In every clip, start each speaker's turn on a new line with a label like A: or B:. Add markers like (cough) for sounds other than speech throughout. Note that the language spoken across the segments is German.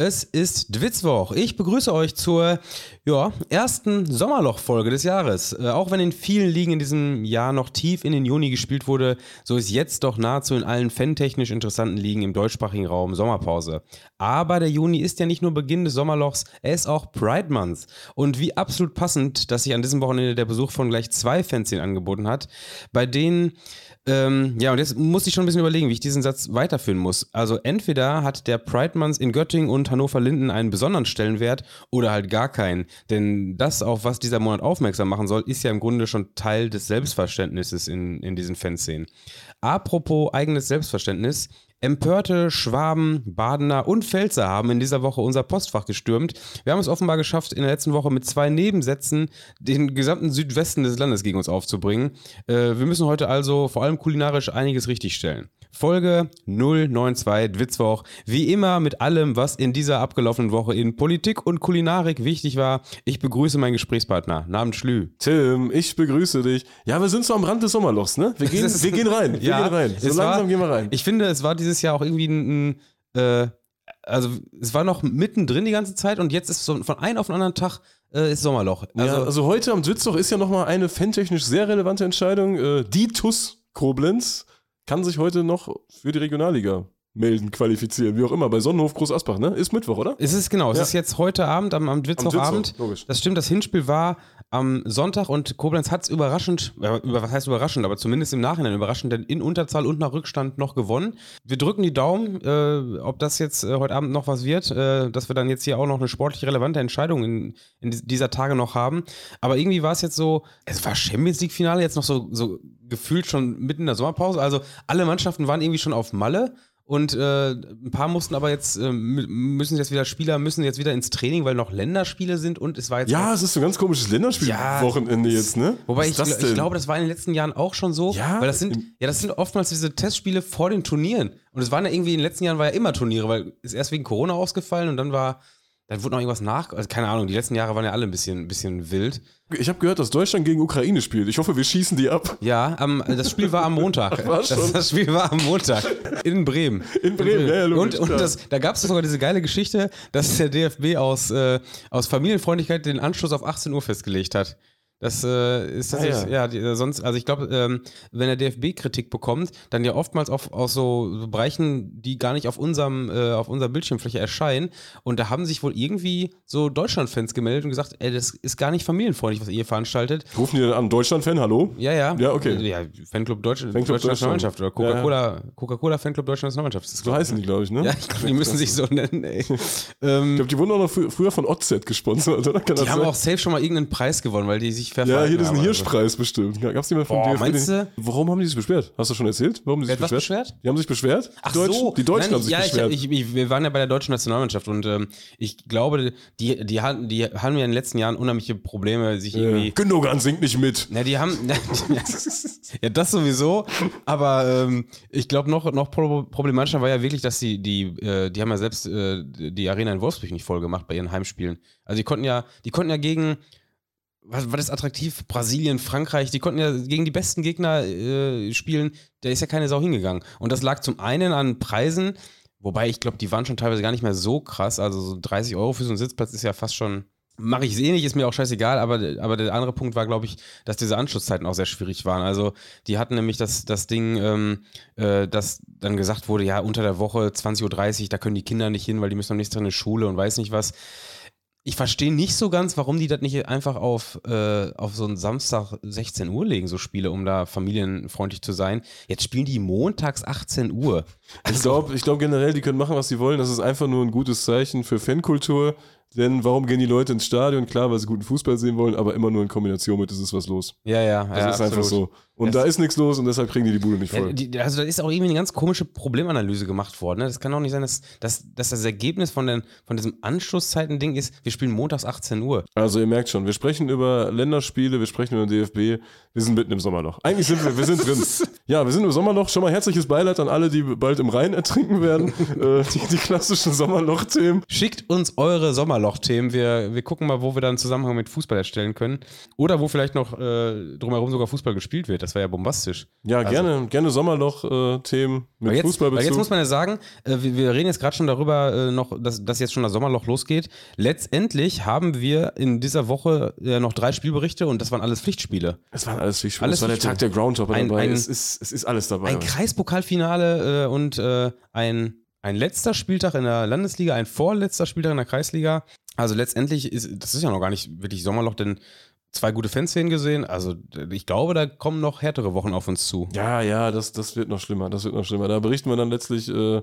A: Es ist Dwitzwoch. Ich begrüße euch zur ja, ersten Sommerloch-Folge des Jahres. Äh, auch wenn in vielen Ligen in diesem Jahr noch tief in den Juni gespielt wurde, so ist jetzt doch nahezu in allen fantechnisch interessanten Ligen im deutschsprachigen Raum Sommerpause. Aber der Juni ist ja nicht nur Beginn des Sommerlochs, er ist auch Pride Month. Und wie absolut passend, dass sich an diesem Wochenende der Besuch von gleich zwei Fanszenen angeboten hat, bei denen ähm, ja, und jetzt muss ich schon ein bisschen überlegen, wie ich diesen Satz weiterführen muss. Also entweder hat der Pride Month in Göttingen und Hannover-Linden einen besonderen Stellenwert oder halt gar keinen. Denn das, auf was dieser Monat aufmerksam machen soll, ist ja im Grunde schon Teil des Selbstverständnisses in, in diesen Fanszenen. Apropos eigenes Selbstverständnis, Empörte Schwaben, Badener und Pfälzer haben in dieser Woche unser Postfach gestürmt. Wir haben es offenbar geschafft, in der letzten Woche mit zwei Nebensätzen den gesamten Südwesten des Landes gegen uns aufzubringen. Äh, wir müssen heute also vor allem kulinarisch einiges richtigstellen. Folge 092 Dwitzwoch. Wie immer mit allem, was in dieser abgelaufenen Woche in Politik und Kulinarik wichtig war. Ich begrüße meinen Gesprächspartner, namens Schlü.
B: Tim, ich begrüße dich. Ja, wir sind so am Rand des Sommerlochs, ne?
A: (laughs)
B: Wir gehen, wir gehen rein. Wir
A: Ja,
B: gehen rein. So
A: es
B: langsam
A: war-
B: gehen wir rein.
A: Ich finde, es war dieses Jahr auch irgendwie ein, ein äh, also es war noch mittendrin die ganze Zeit und jetzt ist so von einem auf den anderen Tag äh, ist Sommerloch. Also,
B: ja, also heute am Dwitzloch ist ja nochmal eine fantechnisch sehr relevante Entscheidung. Äh, die TUS Koblenz kann sich heute noch für die Regionalliga melden, qualifizieren, wie auch immer, bei Sonnenhof Groß Asbach, ne? Ist Mittwoch, oder?
A: es ist genau, es
B: Ja.
A: ist jetzt heute Abend, am, am Dwitzwochabend.
B: Dwitzwoch, logisch.
A: Das stimmt, das Hinspiel war am Sonntag und Koblenz hat es überraschend, äh, über, was heißt überraschend, aber zumindest im Nachhinein überraschend, denn in Unterzahl und nach Rückstand noch gewonnen. Wir drücken die Daumen, äh, ob das jetzt äh, heute Abend noch was wird, äh, dass wir dann jetzt hier auch noch eine sportlich relevante Entscheidung in, in dies- dieser Tage noch haben. Aber irgendwie war es jetzt so, es war Champions League-Finale jetzt noch so, so gefühlt schon mitten in der Sommerpause. Also alle Mannschaften waren irgendwie schon auf Malle. Und äh, ein paar mussten aber jetzt, äh, mü- müssen jetzt wieder Spieler, müssen jetzt wieder ins Training, weil noch Länderspiele sind und es war jetzt
B: Ja, es ist so ein ganz komisches
A: Ja.
B: Länderspielwochenende jetzt, ne?
A: Wobei
B: Was
A: ich,
B: ist das
A: gl ich
B: denn?
A: glaube, das war in den letzten Jahren auch schon so,
B: Ja,
A: weil das sind ja das sind oftmals diese Testspiele vor den Turnieren und es waren ja irgendwie in den letzten Jahren war ja immer Turniere, weil ist erst wegen Corona ausgefallen und dann war dann wurde noch irgendwas nach, also keine Ahnung, die letzten Jahre waren ja alle ein bisschen ein bisschen wild.
B: ich habe gehört, dass Deutschland gegen Ukraine spielt. Ich hoffe, wir schießen die ab.
A: Ja, am, das Spiel war am Montag.
B: (laughs) war
A: das,
B: schon.
A: das Spiel war am Montag in Bremen.
B: In Bremen, ja, ja,
A: und
B: logisch,
A: und
B: klar.
A: das, da gab es sogar diese geile Geschichte, dass der DFB aus, äh, aus Familienfreundlichkeit den Anschluss auf 18 Uhr festgelegt hat. Das äh, ist tatsächlich,
B: Ah, ja.
A: ja, die, äh, sonst, also ich glaube, ähm, wenn der DFB Kritik bekommt, dann ja oftmals auf, aus so Bereichen, die gar nicht auf unserem, äh, auf unserer Bildschirmfläche erscheinen. Und da haben sich wohl irgendwie so Deutschland-Fans gemeldet und gesagt, ey, das ist gar nicht familienfreundlich, was ihr hier veranstaltet.
B: Rufen die dann an. Deutschland-Fan, hallo?
A: Ja, ja.
B: Ja, okay.
A: Ja, Fanclub Deutsche,
B: Fanclub
A: Deutsche Nationalmannschaft oder
B: Deutschland.
A: Coca-Cola, Coca-Cola Fanclub Deutsche Nationalmannschaft. Das ist
B: So heißen die, glaube ich, ne?
A: ja, (laughs) ich glaube, die müssen sich so nennen,
B: (laughs)
A: ey. ähm,
B: Ich glaube, die wurden auch noch frü früher von OZ gesponsert, oder? Kann das
A: die haben
B: sein?
A: auch safe schon mal irgendeinen Preis gewonnen, weil die sich
B: Ja,
A: verfallen
B: hier diesen
A: haben.
B: Hirschpreis bestimmt. Gab es jemanden vom
A: Boah,
B: DFB?
A: meinst
B: den- Warum haben die sich beschwert? Hast du schon erzählt? Warum die sich
A: Wer hat was beschwert?
B: Die haben sich beschwert?
A: Ach
B: die Deutschen,
A: so,
B: die Deutschen
A: Nein,
B: haben sich
A: ja,
B: beschwert.
A: Ich, ich, ich, wir waren ja bei der deutschen Nationalmannschaft und ähm, ich glaube, die, die, hatten, die haben ja in den letzten Jahren unheimliche Probleme, sich irgendwie.
B: äh, Gündogan singt nicht mit.
A: Na, die haben. (laughs) ja, das sowieso. Aber ähm, ich glaube, noch, noch pro- problematischer war ja wirklich, dass die, die, äh, die haben ja selbst äh, die Arena in Wolfsburg nicht voll gemacht bei ihren Heimspielen. Also die konnten ja, die konnten ja gegen. Was, was ist attraktiv? Brasilien, Frankreich, die konnten ja gegen die besten Gegner äh, spielen. Da ist ja keine Sau hingegangen. Und das lag zum einen an Preisen, wobei ich glaube, die waren schon teilweise gar nicht mehr so krass. Also so 30 Euro für so einen Sitzplatz ist ja fast schon. Mache ich es eh nicht, ist mir auch scheißegal, aber, aber der andere Punkt war, glaube ich, dass diese Anschlusszeiten auch sehr schwierig waren. Also die hatten nämlich das, das Ding, ähm, äh, dass dann gesagt wurde, ja, unter der Woche 20.30 Uhr, da können die Kinder nicht hin, weil die müssen am nächsten Tag in die Schule und weiß nicht was. Ich verstehe nicht so ganz, warum die das nicht einfach auf, äh, auf so einen Samstag 16 Uhr legen, so Spiele, um da familienfreundlich zu sein. Jetzt spielen die montags 18 Uhr.
B: Ich glaube ich glaub generell, die können machen, was sie wollen. Das ist einfach nur ein gutes Zeichen für Fankultur. Denn warum gehen die Leute ins Stadion? Klar, weil sie guten Fußball sehen wollen, aber immer nur in Kombination mit, es ist was los.
A: Ja, ja.
B: Das
A: ja,
B: ist einfach so. Und
A: Das-
B: da ist nichts los und deshalb kriegen die die Bude nicht
A: Ja,
B: voll.
A: die, also da ist auch irgendwie eine ganz komische Problemanalyse gemacht worden. Ne? Das kann auch nicht sein, dass, dass, dass das Ergebnis von, den, von diesem Anschlusszeiten-Ding ist, wir spielen montags 18 Uhr.
B: Also ihr merkt schon, wir sprechen über Länderspiele, wir sprechen über den DFB, wir sind mitten im Sommerloch. Eigentlich sind wir, wir
A: (laughs)
B: sind drin. Ja, wir sind im Sommerloch. Schon mal herzliches Beileid an alle,
A: (laughs)
B: die bald im Rhein ertrinken werden. äh, die, die klassischen Sommerloch-Themen.
A: Schickt uns eure Sommerloch-Themen. Wir, wir gucken mal, wo wir da einen Zusammenhang mit Fußball herstellen können. Oder wo vielleicht noch äh, drumherum sogar Fußball gespielt wird. Das wäre ja bombastisch.
B: Ja,
A: Also-
B: gerne, gerne Sommerloch-Themen mit
A: Weil jetzt,
B: Fußballbezug.
A: Weil jetzt muss man ja sagen, äh, wir, wir reden jetzt gerade schon darüber, äh, noch, dass, dass jetzt schon das Sommerloch losgeht. Letztendlich haben wir in dieser Woche äh, noch drei Spielberichte und das waren alles Pflichtspiele.
B: es war alles viel schön.
A: Alles
B: Es war der
A: Pflichtspiel.
B: Tag der Groundhopper
A: Ein-
B: dabei.
A: ein-
B: es, ist, es ist alles dabei.
A: Ein Kreispokalfinale äh, und äh, ein, ein letzter Spieltag in der Landesliga, ein vorletzter Spieltag in der Kreisliga. Also letztendlich ist, das ist ja noch gar nicht wirklich Sommerloch, denn zwei gute Fanszenen gesehen. Also ich glaube, da kommen noch härtere Wochen auf uns zu.
B: ja, ja, das, das wird noch schlimmer. Das wird noch schlimmer. Da berichten wir dann letztlich äh,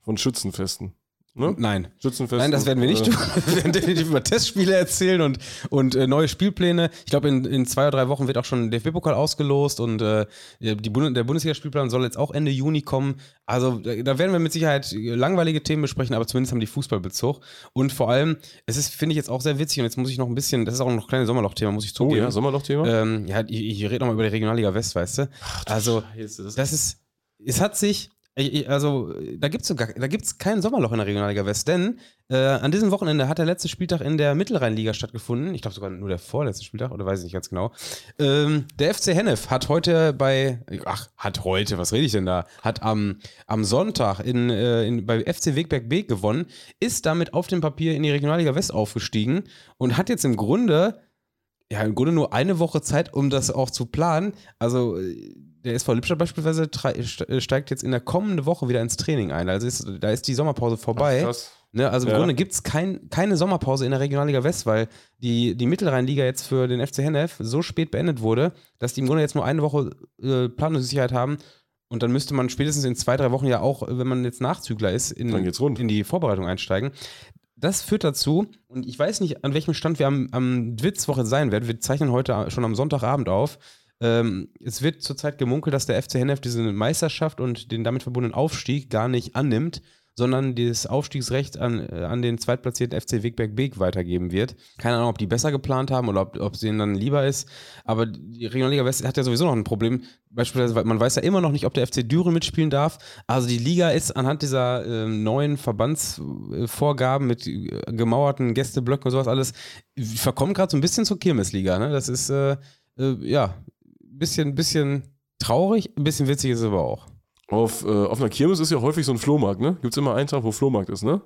B: von Schützenfesten. Ne?
A: Nein.
B: Schützenfesten.
A: Nein, das werden wir nicht
B: äh,
A: tun. (laughs) Wir werden definitiv über Testspiele erzählen und, und äh, neue Spielpläne. Ich glaube, in, in zwei oder drei Wochen wird auch schon der DFB-Pokal ausgelost und äh, die Bund der Bundesligaspielplan soll jetzt auch Ende Juni kommen. Also da da werden wir mit Sicherheit langweilige Themen besprechen, aber zumindest haben die Fußballbezug. Und vor allem, es ist, finde ich, jetzt auch sehr witzig und jetzt muss ich noch ein bisschen, das ist auch noch ein kleines Sommerloch-Thema, muss ich
B: Oh
A: zugeben.
B: ja, Sommerloch-Thema?
A: ähm, ja ich, ich rede nochmal über die Regionalliga West, weißt du? also,
B: Scheiße, das-
A: das ist, es hat sich, ich- ich- also da gibt es kein Sommerloch in der Regionalliga West, denn äh, an diesem Wochenende hat der letzte Spieltag in der Mittelrheinliga stattgefunden. Ich glaube sogar nur der vorletzte Spieltag, oder weiß ich nicht ganz genau. Ähm, der FC Hennef hat heute bei, ach, hat heute, was rede ich denn da? Hat am, am Sonntag in, äh, in, bei FC Wegberg B gewonnen, ist damit auf dem Papier in die Regionalliga West aufgestiegen und hat jetzt im Grunde ja, im Grunde nur eine Woche Zeit, um das auch zu planen. Also äh, der SV Lippstadt beispielsweise tre- st- äh, steigt jetzt in der kommenden Woche wieder ins Training ein. Also ist, da ist die Sommerpause vorbei.
B: Krass.
A: Ne, also im
B: Ja.
A: Grunde gibt es kein, keine Sommerpause in der Regionalliga West, weil die, die Mittelrheinliga jetzt für den FC Hennef so spät beendet wurde, dass die im Grunde jetzt nur eine Woche äh, Planungssicherheit haben. Und dann müsste man spätestens in zwei, drei Wochen ja auch, äh, wenn man jetzt Nachzügler ist, in,
B: Dann geht's rund.
A: Mhm. in die Vorbereitung einsteigen. Das führt dazu, und ich weiß nicht, an welchem Stand wir am, am Witzwoche sein werden. Wir zeichnen heute schon am Sonntagabend auf. Ähm, es wird zurzeit gemunkelt, dass der FC Hennef diese Meisterschaft und den damit verbundenen Aufstieg gar nicht annimmt, sondern dieses Aufstiegsrecht an, äh, an den zweitplatzierten FC Wegberg Beek weitergeben wird. Keine Ahnung, ob die besser geplant haben oder ob ob es ihnen dann lieber ist. Aber die Regionalliga West hat ja sowieso noch ein Problem. Beispielsweise, weil man weiß ja immer noch nicht, ob der FC Düren mitspielen darf. Also die Liga ist anhand dieser ähm, neuen Verbandsvorgaben mit äh, gemauerten Gästeblöcken und sowas alles, verkommt gerade so ein bisschen zur Kirmesliga. Ne? Das ist, äh, äh, ja, ein bisschen, bisschen traurig, ein bisschen witzig ist es aber auch.
B: Auf, äh, auf einer Kirmes ist ja häufig so ein Flohmarkt, ne? Gibt's immer einen Tag, wo Flohmarkt ist, ne?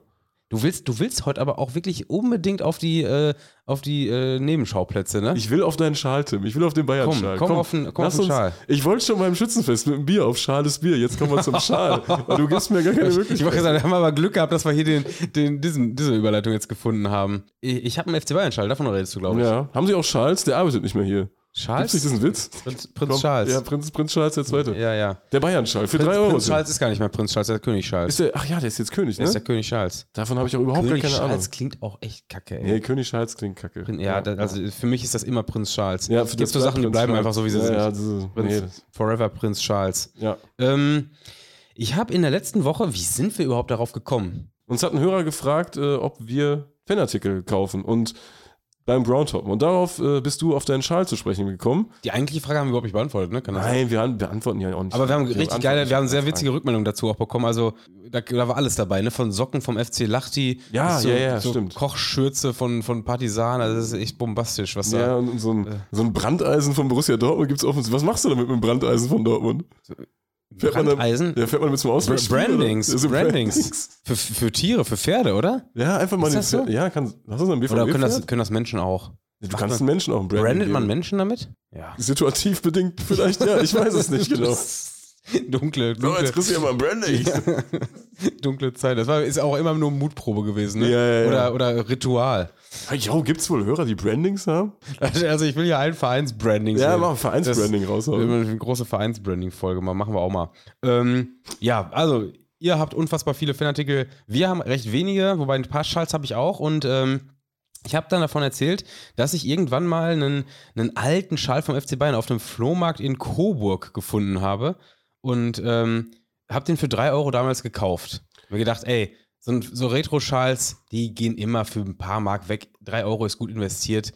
A: Du willst, du willst heute aber auch wirklich unbedingt auf die, äh, auf die äh, Nebenschauplätze, ne?
B: Ich will auf deinen Schal, Tim. Ich will auf den Bayern-Schal.
A: Komm, komm auf den- komm
B: lass
A: auf den
B: uns-
A: Schal.
B: Ich wollte schon beim Schützenfest mit einem Bier auf schales Bier. Jetzt kommen
A: (laughs)
B: wir zum Schal. Aber du gibst mir gar keine
A: Ich wollte
B: Möglichkeit.
A: sagen, wir haben aber Glück gehabt, dass wir hier den, den, diesen, diese Überleitung jetzt gefunden haben. Ich, ich habe einen FC Bayern-Schal, davon redest du, glaube ich.
B: Ja. Haben sie auch Charles? Der arbeitet nicht mehr hier. Gibt's nicht
A: Charles?
B: diesen Witz?
A: Prinz, Prinz
B: Komm,
A: Charles.
B: Ja, Prinz, Prinz Charles der Zweite.
A: ja, ja.
B: Der Bayern-Schal für drei
A: Prinz,
B: Euro.
A: Prinz Charles ist gar nicht mehr Prinz Charles, der ist König Charles.
B: Ist der, ach ja, der ist jetzt König,
A: Der
B: ne?
A: ist der König Charles.
B: Davon habe ich auch überhaupt
A: König
B: gar keine
A: Charles
B: Ahnung.
A: klingt auch echt kacke, ey.
B: Nee, König Charles klingt kacke.
A: Ja, da- also für mich ist das immer Prinz Charles.
B: Ja,
A: es
B: für
A: gibt
B: das
A: so Sachen, die
B: Prinz
A: bleiben
B: Charles.
A: einfach so, wie sie
B: ja,
A: sind.
B: Ja, das ist,
A: Prinz,
B: nee, das,
A: Forever Prinz Charles.
B: ja.
A: Ähm, ich habe in der letzten Woche, wie sind wir überhaupt darauf gekommen?
B: Uns hat ein Hörer gefragt, äh, ob wir Fanartikel kaufen und beim Browntoppen. Und darauf äh, bist du auf deinen Schal zu sprechen gekommen.
A: Die eigentliche Frage haben wir überhaupt nicht beantwortet, ne? Kann das
B: Nein, wir an- beantworten ja auch nicht.
A: Aber wir haben richtig geile,
B: antworten
A: wir haben
B: nicht
A: sehr
B: auf
A: witzige Rückmeldungen dazu auch bekommen. Also da, da war alles dabei, ne? Von Socken vom FC Lachti,
B: Ja,
A: bis zu-
B: ja, ja,
A: zu
B: stimmt.
A: Kochschürze von, von Partisan. Also das ist echt bombastisch, was
B: Fragen. Ja,
A: da.
B: und so
A: Äh.
B: ein, so ein Brandeisen von Borussia Dortmund gibt es offensichtlich. Was machst du damit mit einem Brandeisen von Dortmund? Fährt man
A: Brandeisen?
B: Da, ja, fährt man damit zum Auswärtsspiel?
A: Brandings,
B: oder? Ja, so
A: Brandings. Für, für Tiere, für Pferde, oder?
B: Ja, einfach mal
A: Ist
B: den
A: das so?
B: Pferd- Ja, kann, hast du so ein BVB
A: Oder können das,
B: Pferd?
A: können das Menschen auch?
B: Du kannst einen Menschen auch ein Branding
A: Brandet
B: geben.
A: man Menschen damit? Ja.
B: Situativ bedingt vielleicht, ja, ich weiß es
A: (laughs)
B: nicht genau.
A: dunkle,
B: So, jetzt
A: dunkle,
B: kriegst du ja mal ein Branding.
A: (laughs) dunkle Zeit. Das war, ist auch immer nur Mutprobe gewesen, ne?
B: Ja, ja, ja.
A: Oder, oder Ritual. (laughs)
B: Ja, jo, gibt's wohl Hörer, die Brandings haben?
A: Also ich will ja allen Vereinsbranding
B: Ja,
A: sehen.
B: mach ein Vereinsbranding raus.
A: Wir haben eine große Vereinsbranding-Folge mal, machen wir auch mal. Ähm, ja, also ihr habt unfassbar viele Fanartikel. Wir haben recht wenige, wobei ein paar Schals habe ich auch und ähm, ich habe dann davon erzählt, dass ich irgendwann mal einen, einen alten Schal vom FC Bayern auf einem Flohmarkt in Coburg gefunden habe und ähm, habe den für 3 Euro damals gekauft. Mir gedacht, ey, so, ein- so Retro-Schals, die gehen immer für ein paar Mark weg. 3 Euro ist gut investiert.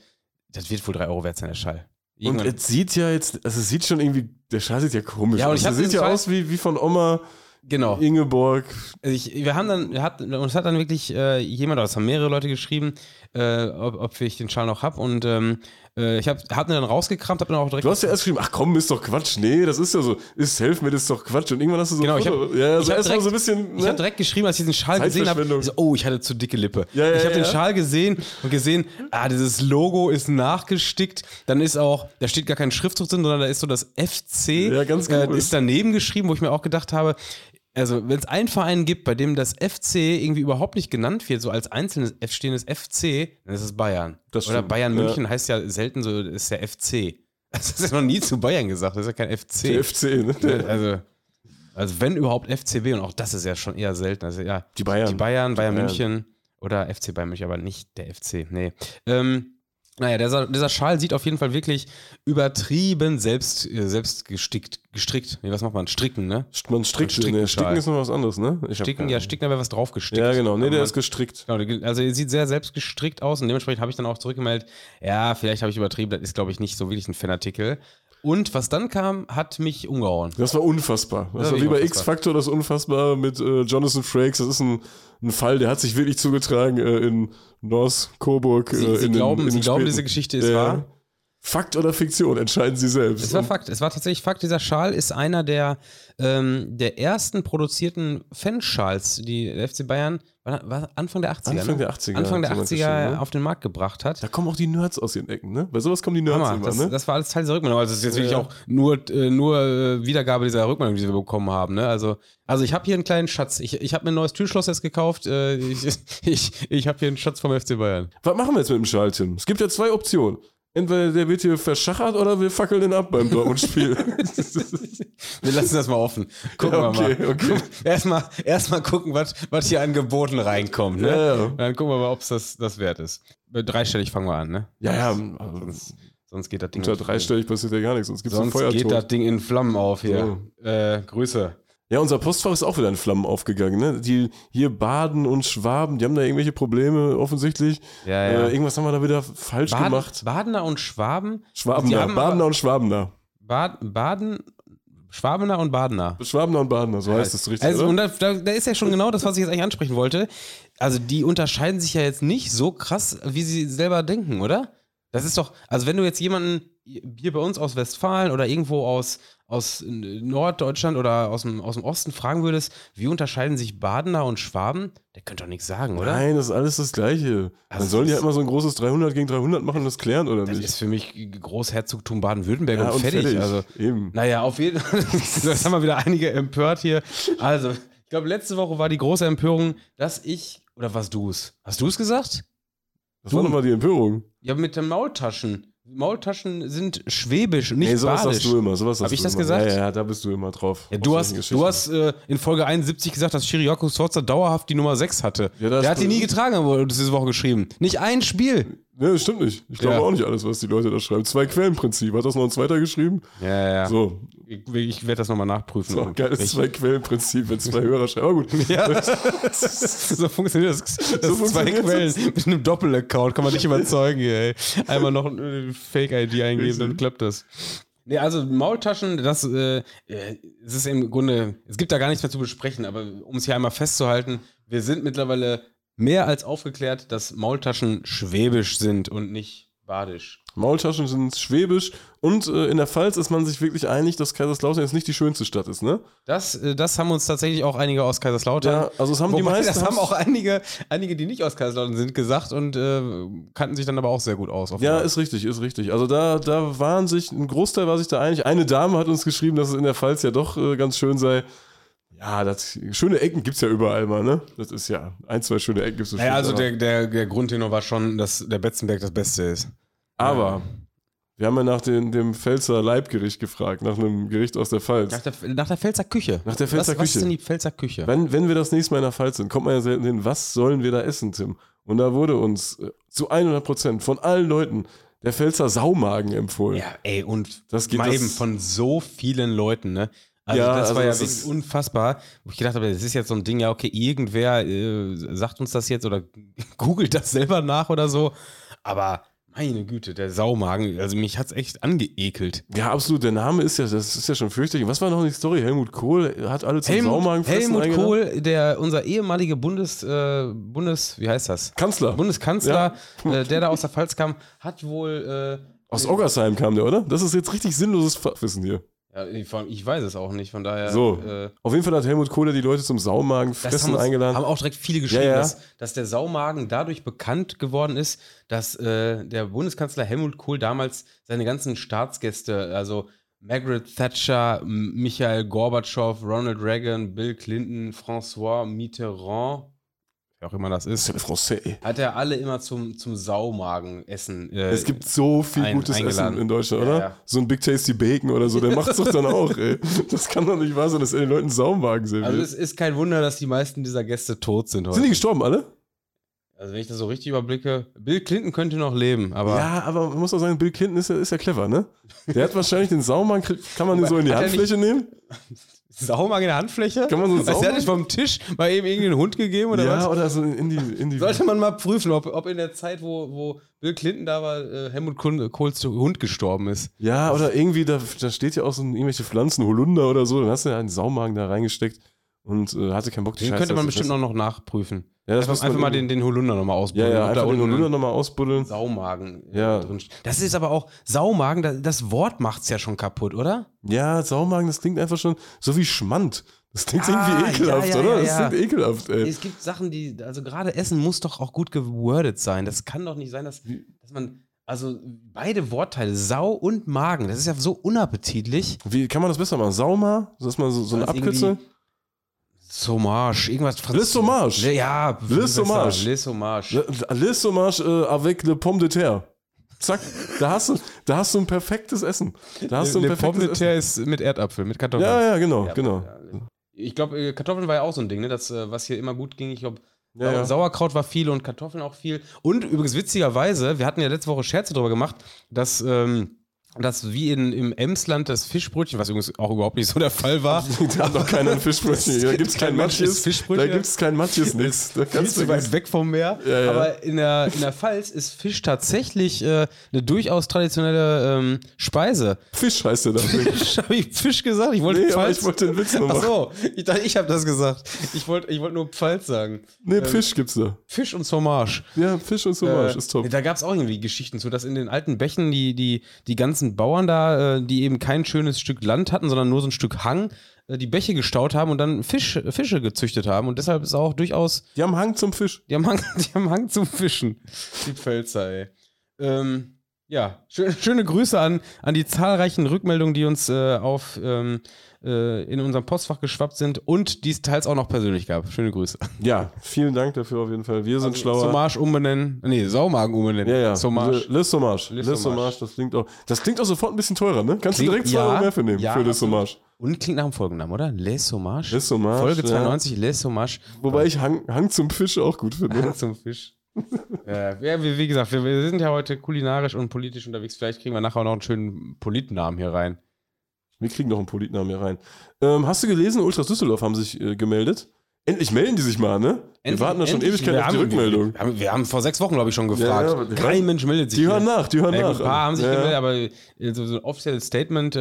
A: Das wird wohl 3 Euro wert sein, der Schal.
B: Und äh,
A: Irgendwann-
B: es sieht ja jetzt, also es sieht schon irgendwie, der Schal sieht ja komisch
A: Ja, und
B: aus.
A: ich hab
B: Es sieht
A: den
B: ja
A: Fall-
B: aus wie, wie von Oma
A: Genau.
B: Ingeborg.
A: Also ich, wir haben dann, wir hat, uns hat dann wirklich äh, jemand, oder es haben mehrere Leute geschrieben, äh, ob, ob ich den Schal noch habe. Und ähm, äh, ich habe hab ihn dann rausgekramt, habe dann auch direkt.
B: Du hast ja erst geschrieben, ach komm, ist doch Quatsch. Nee, das ist ja so, ist Selfmade ist doch Quatsch. Und irgendwann hast du so
A: Genau,
B: ein
A: ich
B: Foto-
A: hab-
B: ja, also
A: ich hab
B: erst mal
A: direkt-
B: so ein bisschen.
A: Ich habe
B: Ne?
A: direkt geschrieben, als ich diesen Schal gesehen habe,
B: Zeitverschwendung.
A: so, oh, ich hatte zu dicke Lippe.
B: Ja, ja,
A: ich habe den
B: ja.
A: Schal gesehen und gesehen, ah, dieses Logo ist nachgestickt. Dann ist auch, da steht gar kein Schriftzug drin, sondern da ist so das FC,
B: Ja, ganz
A: äh,
B: komisch.
A: ist daneben geschrieben, wo ich mir auch gedacht habe, also wenn es einen Verein gibt, bei dem das FC irgendwie überhaupt nicht genannt wird, so als einzelnes F stehendes FC, dann ist es Bayern.
B: Das
A: Oder
B: stimmt,
A: Bayern
B: ja.
A: München heißt ja selten so, ist ja FC. (laughs) Das ist ja noch nie zu Bayern gesagt, das ist ja kein FC.
B: Der FC, ne?
A: Also, also wenn überhaupt FCB und auch das ist ja schon eher selten. Also ja,
B: Die Bayern.
A: die Bayern, Bayern
B: Bayern.
A: München oder FC Bayern München, aber nicht der FC. Nee. Ähm, naja, dieser, dieser Schal sieht auf jeden Fall wirklich übertrieben selbst, äh, selbst gestickt, gestrickt. Nee, was macht man? Stricken, ne?
B: Man strickt
A: Man
B: den.
A: strickt
B: Ne?
A: den
B: Sticken
A: Schal.
B: ist noch was anderes, ne? Ich hab
A: Sticken,
B: keine
A: ja,
B: Ahnung.
A: Sticken, aber was draufgestickt.
B: Ja, genau. Nee,
A: Aber
B: der
A: man-
B: ist gestrickt.
A: Genau, die- also er sieht sehr selbst gestrickt aus und dementsprechend habe ich dann auch zurückgemeldet, ja, vielleicht habe ich übertrieben, das ist, glaube ich, nicht so wirklich ein Fanartikel. Und was dann kam, hat mich umgehauen.
B: Das war unfassbar. Das
A: Ja,
B: war wie
A: wirklich
B: bei
A: unfassbar.
B: X-Factor das Unfassbare mit äh, Jonathan Frakes. Das ist ein, ein Fall, der hat sich wirklich zugetragen äh, in North Coburg.
A: Sie,
B: äh,
A: sie
B: in
A: glauben,
B: den, in
A: sie
B: den
A: glauben
B: späten-
A: diese Geschichte ist
B: Ja.
A: wahr.
B: Fakt oder Fiktion entscheiden sie selbst.
A: Es war
B: Und
A: Fakt, es war tatsächlich Fakt. Dieser Schal ist einer der, ähm, der ersten produzierten Fanschals, die der FC Bayern war, war Anfang der 80er,
B: Anfang
A: ne?
B: der 80er.
A: Anfang der
B: hat jemand
A: 80er
B: geschrieben, ne?
A: auf den Markt gebracht hat.
B: Da kommen auch die Nerds aus ihren Ecken, ne? Bei sowas kommen die Nerds
A: Hammer,
B: immer,
A: das,
B: ne?
A: das war alles Teil dieser Rückmeldung. Also, es ist jetzt wirklich
B: Ja.
A: auch nur, äh, nur äh, Wiedergabe dieser Rückmeldung, die wir bekommen haben. Ne? Also, also, ich habe hier einen kleinen Schatz. Ich, ich habe mir ein neues Türschloss jetzt gekauft. Äh, ich (laughs) ich, ich habe hier einen Schatz vom FC Bayern.
B: Was machen wir jetzt mit dem Schal, Tim? Es gibt ja zwei Optionen. Entweder der wird hier verschachert oder wir fackeln den ab
A: (laughs)
B: beim Dortmund-Spiel.
A: Wir lassen das mal offen. Gucken
B: Ja, (laughs) okay,
A: wir mal.
B: okay.
A: Guck- Erstmal erstmal gucken, was, was hier an Geboten reinkommt. Ne?
B: Ja, ja.
A: Dann gucken wir mal, ob es das, das wert ist. Bei Dreistellig fangen wir an, ne?
B: ja, ja. Also,
A: Sonst geht das Ding,
B: unter dreistellig passiert ja gar nichts, sonst gibt es einen
A: sonst geht
B: Feuertod.
A: das Ding in Flammen auf hier. Äh, Grüße.
B: Ja, unser Postfach ist auch wieder in Flammen aufgegangen. Ne? Die hier Baden und Schwaben, die haben da irgendwelche Probleme offensichtlich.
A: Ja, ja.
B: Äh, irgendwas haben wir da wieder falsch
A: Baden,
B: gemacht.
A: Badener und Schwaben.
B: Schwaben
A: Sie
B: da,
A: haben
B: Badener
A: aber-
B: und Schwaben da.
A: Bad, Baden, Schwabener und Badener.
B: Schwabener und Badener, so heißt es richtig.
A: Also,
B: oder?
A: und da, da, da ist ja schon genau das, was ich jetzt eigentlich ansprechen wollte. Also, die unterscheiden sich ja jetzt nicht so krass, wie sie selber denken, oder? Das ist doch, also, wenn du jetzt jemanden hier bei uns aus Westfalen oder irgendwo aus, aus Norddeutschland oder aus dem, aus dem Osten fragen würdest, wie unterscheiden sich Badener und Schwaben, der könnte doch nichts sagen, oder?
B: Nein, das ist alles das Gleiche.
A: Also
B: Man soll ja
A: das-
B: immer so ein großes 300 gegen 300 machen und das klären, oder
A: Das
B: nicht?
A: ist für mich Großherzogtum Baden-Württemberg
B: Ja,
A: und, fertig. Also,
B: Eben.
A: Naja, auf jeden
B: (laughs)
A: Fall. Das haben wir wieder einige empört hier. Also, ich glaube, letzte Woche war die große Empörung, dass ich. Oder warst du es? Hast du es gesagt?
B: Das war nochmal die Empörung.
A: Ja, mit den Maultaschen. Maultaschen sind schwäbisch und nicht
B: Nee, sowas
A: badisch.
B: sagst du immer. Sowas
A: Hab
B: sagst
A: ich
B: du
A: das
B: immer.
A: gesagt?
B: Ja, ja, da bist du immer drauf.
A: Ja,
B: Auf
A: du
B: solchen
A: hast,
B: Geschichten.
A: du hast äh, in Folge 71 gesagt, dass Shiriyako Sforza dauerhaft die Nummer 6 hatte.
B: Ja, das-
A: Der hat die nie getragen, aber das ist diese Woche geschrieben. Nicht ein Spiel.
B: Nee, das stimmt nicht. Ich glaube
A: Ja.
B: auch nicht alles, was die Leute da schreiben. Zwei Quellenprinzip. Hat das noch ein zweiter geschrieben?
A: Ja, ja, ja.
B: So,
A: Ich, ich werde das nochmal nachprüfen.
B: so geiles Zwei-Quellenprinzip,
A: (laughs)
B: wenn zwei Hörer schreiben. Aber gut.
A: Ja. (laughs) so funktioniert das. das
B: So
A: zwei
B: funktioniert
A: Quellen mit einem Doppel-Account kann man nicht überzeugen. Ey. Einmal noch eine Fake-ID eingeben, dann klappt das. Nee, also Maultaschen, das äh, äh, es ist im Grunde, es gibt da gar nichts mehr zu besprechen, aber um es hier einmal festzuhalten, wir sind mittlerweile mehr als aufgeklärt, dass Maultaschen schwäbisch sind und nicht badisch.
B: Maultaschen sind schwäbisch. Und äh, in der Pfalz ist man sich wirklich einig, dass Kaiserslautern jetzt nicht die schönste Stadt ist, ne?
A: Das, äh, das haben uns tatsächlich auch einige aus Kaiserslautern
B: Ja, also es haben die
A: Wobei,
B: meisten.
A: das haben auch einige, einige, die nicht aus Kaiserslautern sind, gesagt und äh, kannten sich dann aber auch sehr gut aus.
B: Ja,
A: offenbar.
B: ist richtig, ist richtig. Also da, da waren sich, ein Großteil war sich da einig. Eine Dame hat uns geschrieben, dass es in der Pfalz ja doch äh, ganz schön sei. Ja, das, schöne Ecken gibt's ja überall mal, ne? Das ist ja, ein, zwei schöne Ecken gibt's bestimmt.
A: naja, also
B: aber-
A: der, der, der Grundtenor war schon, dass der Betzenberg das Beste ist.
B: Aber wir haben ja nach den, dem Pfälzer Leibgericht gefragt, nach einem Gericht aus der Pfalz.
A: Nach der, nach der Pfälzer Küche.
B: Nach der Pfälzer
A: was, Was
B: Küche.
A: ist denn die Pfälzer Küche?
B: Wenn, wenn wir das nächste Mal in der Pfalz sind, kommt man ja selten hin, was sollen wir da essen, Tim? Und da wurde uns äh, zu 100 Prozent von allen Leuten der Pfälzer Saumagen empfohlen.
A: Ja, ey, und
B: Das geht
A: mal
B: das-
A: eben von so vielen Leuten, ne? Also
B: Ja,
A: das
B: also
A: war ja
B: das
A: wirklich
B: ist-
A: unfassbar. Wo ich gedacht habe, das ist jetzt so ein Ding, ja, okay, (laughs) irgendwer äh, sagt uns das jetzt oder googelt das selber nach oder so. Aber Meine Güte, der Saumagen, also mich hat's echt angeekelt.
B: Ja, absolut. Der Name ist ja, das ist ja schon fürchterlich. Was war noch die Story? Helmut Kohl hat alle zum Saumagen
A: Helmut, Helmut Kohl, der unser ehemaliger Bundes, äh, Bundes, wie heißt das?
B: Kanzler.
A: Bundeskanzler, äh, der da aus der Pfalz kam, hat wohl, äh,
B: Aus Oggersheim kam der, oder? Das ist jetzt richtig sinnloses Fachwissen hier.
A: äh, ja, vor allem, ich weiß es auch nicht, von daher.
B: So.
A: Äh,
B: Auf jeden Fall hat Helmut Kohl ja die Leute zum Saumagen
A: das
B: fressen
A: haben, uns,
B: eingeladen.
A: haben auch direkt viele geschrieben,
B: Ja, ja.
A: Dass, dass der Saumagen dadurch bekannt geworden ist, dass äh, der Bundeskanzler Helmut Kohl damals seine ganzen Staatsgäste, also Margaret Thatcher, M- Michael Gorbatschow, Ronald Reagan, Bill Clinton, François Mitterrand, wer auch immer das
B: Das
A: ist,
B: ist ja der Français.
A: hat er alle immer zum, zum Saumagenessen. Äh,
B: Es gibt so viel
A: ein-
B: gutes
A: eingeladen.
B: Essen in Deutschland,
A: Ja,
B: oder?
A: ja.
B: So ein Big Tasty Bacon oder so, der macht's doch dann
A: (laughs)
B: auch, ey. Das kann doch nicht wahr sein, dass er den Leuten Saumagen serviert.
A: also es ist kein Wunder, dass die meisten dieser Gäste tot sind heute.
B: Sind die gestorben alle?
A: also wenn ich das so richtig überblicke, Bill Clinton könnte noch leben, aber
B: ja, aber man muss auch sagen, Bill Clinton ist ja, ist ja clever, ne? Der hat wahrscheinlich den Saumagen, krieg- kann man den so in die
A: Hat er
B: Handfläche nehmen?
A: Saumagen in der Handfläche?
B: Kann man so einen
A: Ist der
B: Saumagen-
A: nicht vom Tisch mal eben irgendeinen Hund gegeben oder
B: ja,
A: was?
B: oder so in die, in die
A: Sollte man mal prüfen, ob, ob in der Zeit, wo, wo Bill Clinton da war, äh, Helmut Kohl- Kohls Hund gestorben ist.
B: Ja, oder irgendwie, da, da steht ja auch so ein- irgendwelche Pflanzen, Holunder oder so, dann hast du ja einen Saumagen da reingesteckt und äh, hatte keinen Bock, die
A: Den
B: Scheiße
A: könnte man
B: zu
A: bestimmt
B: fressen.
A: noch, noch nachprüfen.
B: Ja, das
A: einfach
B: müsste
A: einfach mal
B: man
A: den, den Holunder nochmal
B: Ja,
A: ausprobieren.
B: ja,
A: ob
B: einfach den
A: unten
B: Holunder
A: ein
B: nochmal ausbuddeln.
A: Saumagen äh,
B: Ja.
A: drin steht. Das ist aber auch, Saumagen, da- das Wort macht's ja schon kaputt, oder?
B: Ja, Saumagen, das klingt einfach schon so wie Schmand. Das klingt
A: Ah,
B: irgendwie
A: ja,
B: ekelhaft,
A: ja,
B: oder?
A: ja,
B: Das
A: ja.
B: klingt ekelhaft, ey.
A: Es gibt Sachen, die, also gerade Essen muss doch auch gut gewordet sein. Das kann doch nicht sein, dass, dass man, also beide Wortteile, Sau und Magen, das ist ja so unappetitlich.
B: Wie kann man das besser machen? Sauma? Dass man so, so eine
A: Das ist
B: Abkürzung?
A: Sommage, irgendwas
B: Le Sommage.
A: Le- Ja,
B: Le
A: besser.
B: Sommage.
A: Le Sommage.
B: Le, le sommage äh, avec le pomme de terre. Zack, da hast du, da hast du ein perfektes Essen. Da hast du ein perfektes Essen.
A: ist mit Erdapfel, mit Kartoffeln.
B: Ja, ja, genau, genau.
A: Ich glaube, Kartoffeln war ja auch so ein Ding, ne? das, äh, was hier immer gut ging. Ich glaube,
B: Ja, ja.
A: Sauerkraut war viel und Kartoffeln auch viel. Und übrigens witzigerweise, wir hatten ja letzte Woche Scherze darüber gemacht, dass, ähm, dass wie in, im Emsland das Fischbrötchen, was übrigens auch überhaupt nicht so der Fall war,
B: (laughs) (laughs) Da hat noch keiner ein Fischbrötchen. Da gibt's kein
A: Kein Mensch isst
B: Matjes. Da
A: Fischbrötchen.
B: gibt's kein Matjes nix. Da
A: viel
B: kannst
A: zu
B: du
A: weit weg vom Meer.
B: Ja, ja.
A: Aber in der, in der Pfalz ist Fisch tatsächlich äh, eine durchaus traditionelle ähm, Speise.
B: Fisch heißt der da.
A: Fisch, habe (laughs) ich Fisch gesagt? Ich wollte
B: Nee, aber
A: Pfalz. (laughs)
B: ich wollte den Witz nur
A: Ach
B: machen.
A: so, ich dachte, ich habe das gesagt. Ich wollte ich wollte nur Pfalz sagen.
B: Nee, Fisch gibt's da.
A: Fisch und Sommage.
B: Ja, Fisch und Sommage
A: Äh,
B: ist top.
A: Da gab es auch irgendwie Geschichten zu, dass in den alten Bächen die, die, die ganzen Bauern da, äh, die eben kein schönes Stück Land hatten, sondern nur so ein Stück Hang, äh, die Bäche gestaut haben und dann Fisch, äh, Fische gezüchtet haben. Und deshalb ist auch durchaus
B: Die haben Hang zum Fisch.
A: Die haben Hang, (laughs) die haben Hang zum Fischen. Die Pfälzer, ey. Ähm, ja, schö- schöne Grüße an, an die zahlreichen Rückmeldungen, die uns äh, auf, ähm, äh, in unserem Postfach geschwappt sind und die es teils auch noch persönlich gab. Schöne Grüße.
B: Ja, vielen Dank dafür auf jeden Fall. Wir
A: Also,
B: sind schlauer.
A: Sommage umbenennen. Nee, Saumagen umbenennen.
B: Ja, ja.
A: Sommage.
B: Le, Le Sommage. Le,
A: Le
B: Sommage.
A: Sommage,
B: das klingt auch. Das klingt auch sofort ein bisschen teurer, ne? Kannst
A: Klingt-
B: du direkt zwei
A: ja,
B: Euro mehr für nehmen
A: ja,
B: für Le
A: absolut.
B: Sommage.
A: Und klingt nach dem Folgennamen, oder? Les Sommage.
B: Le Sommage,
A: Folge
B: ja.
A: 92, Les Sommage.
B: Wobei ich Hang, Hang zum Fisch auch gut
A: (laughs)
B: finde.
A: Hang zum Fisch. ja, ja, wie, wie gesagt, wir, wir sind ja heute kulinarisch und politisch unterwegs. Vielleicht kriegen wir nachher auch noch einen schönen Politnamen hier rein.
B: Wir kriegen noch einen Politnamen hier rein. Ähm, hast du gelesen, Ultras Düsseldorf haben sich äh, gemeldet? Endlich melden die sich mal, ne? wir
A: Endlich-
B: warten da schon
A: endlich-
B: Ewigkeiten
A: wir
B: auf die
A: haben-
B: Rückmeldung.
A: Wir haben, wir haben vor sechs Wochen, glaube ich, schon gefragt.
B: Ja, ja, aber-
A: Kein Mensch meldet sich.
B: Die hören nach, die hören
A: Ja,
B: nach.
A: gut, ein paar haben sich
B: Ja, ja.
A: gemeldet, aber äh, so, so ein offizielles Statement äh,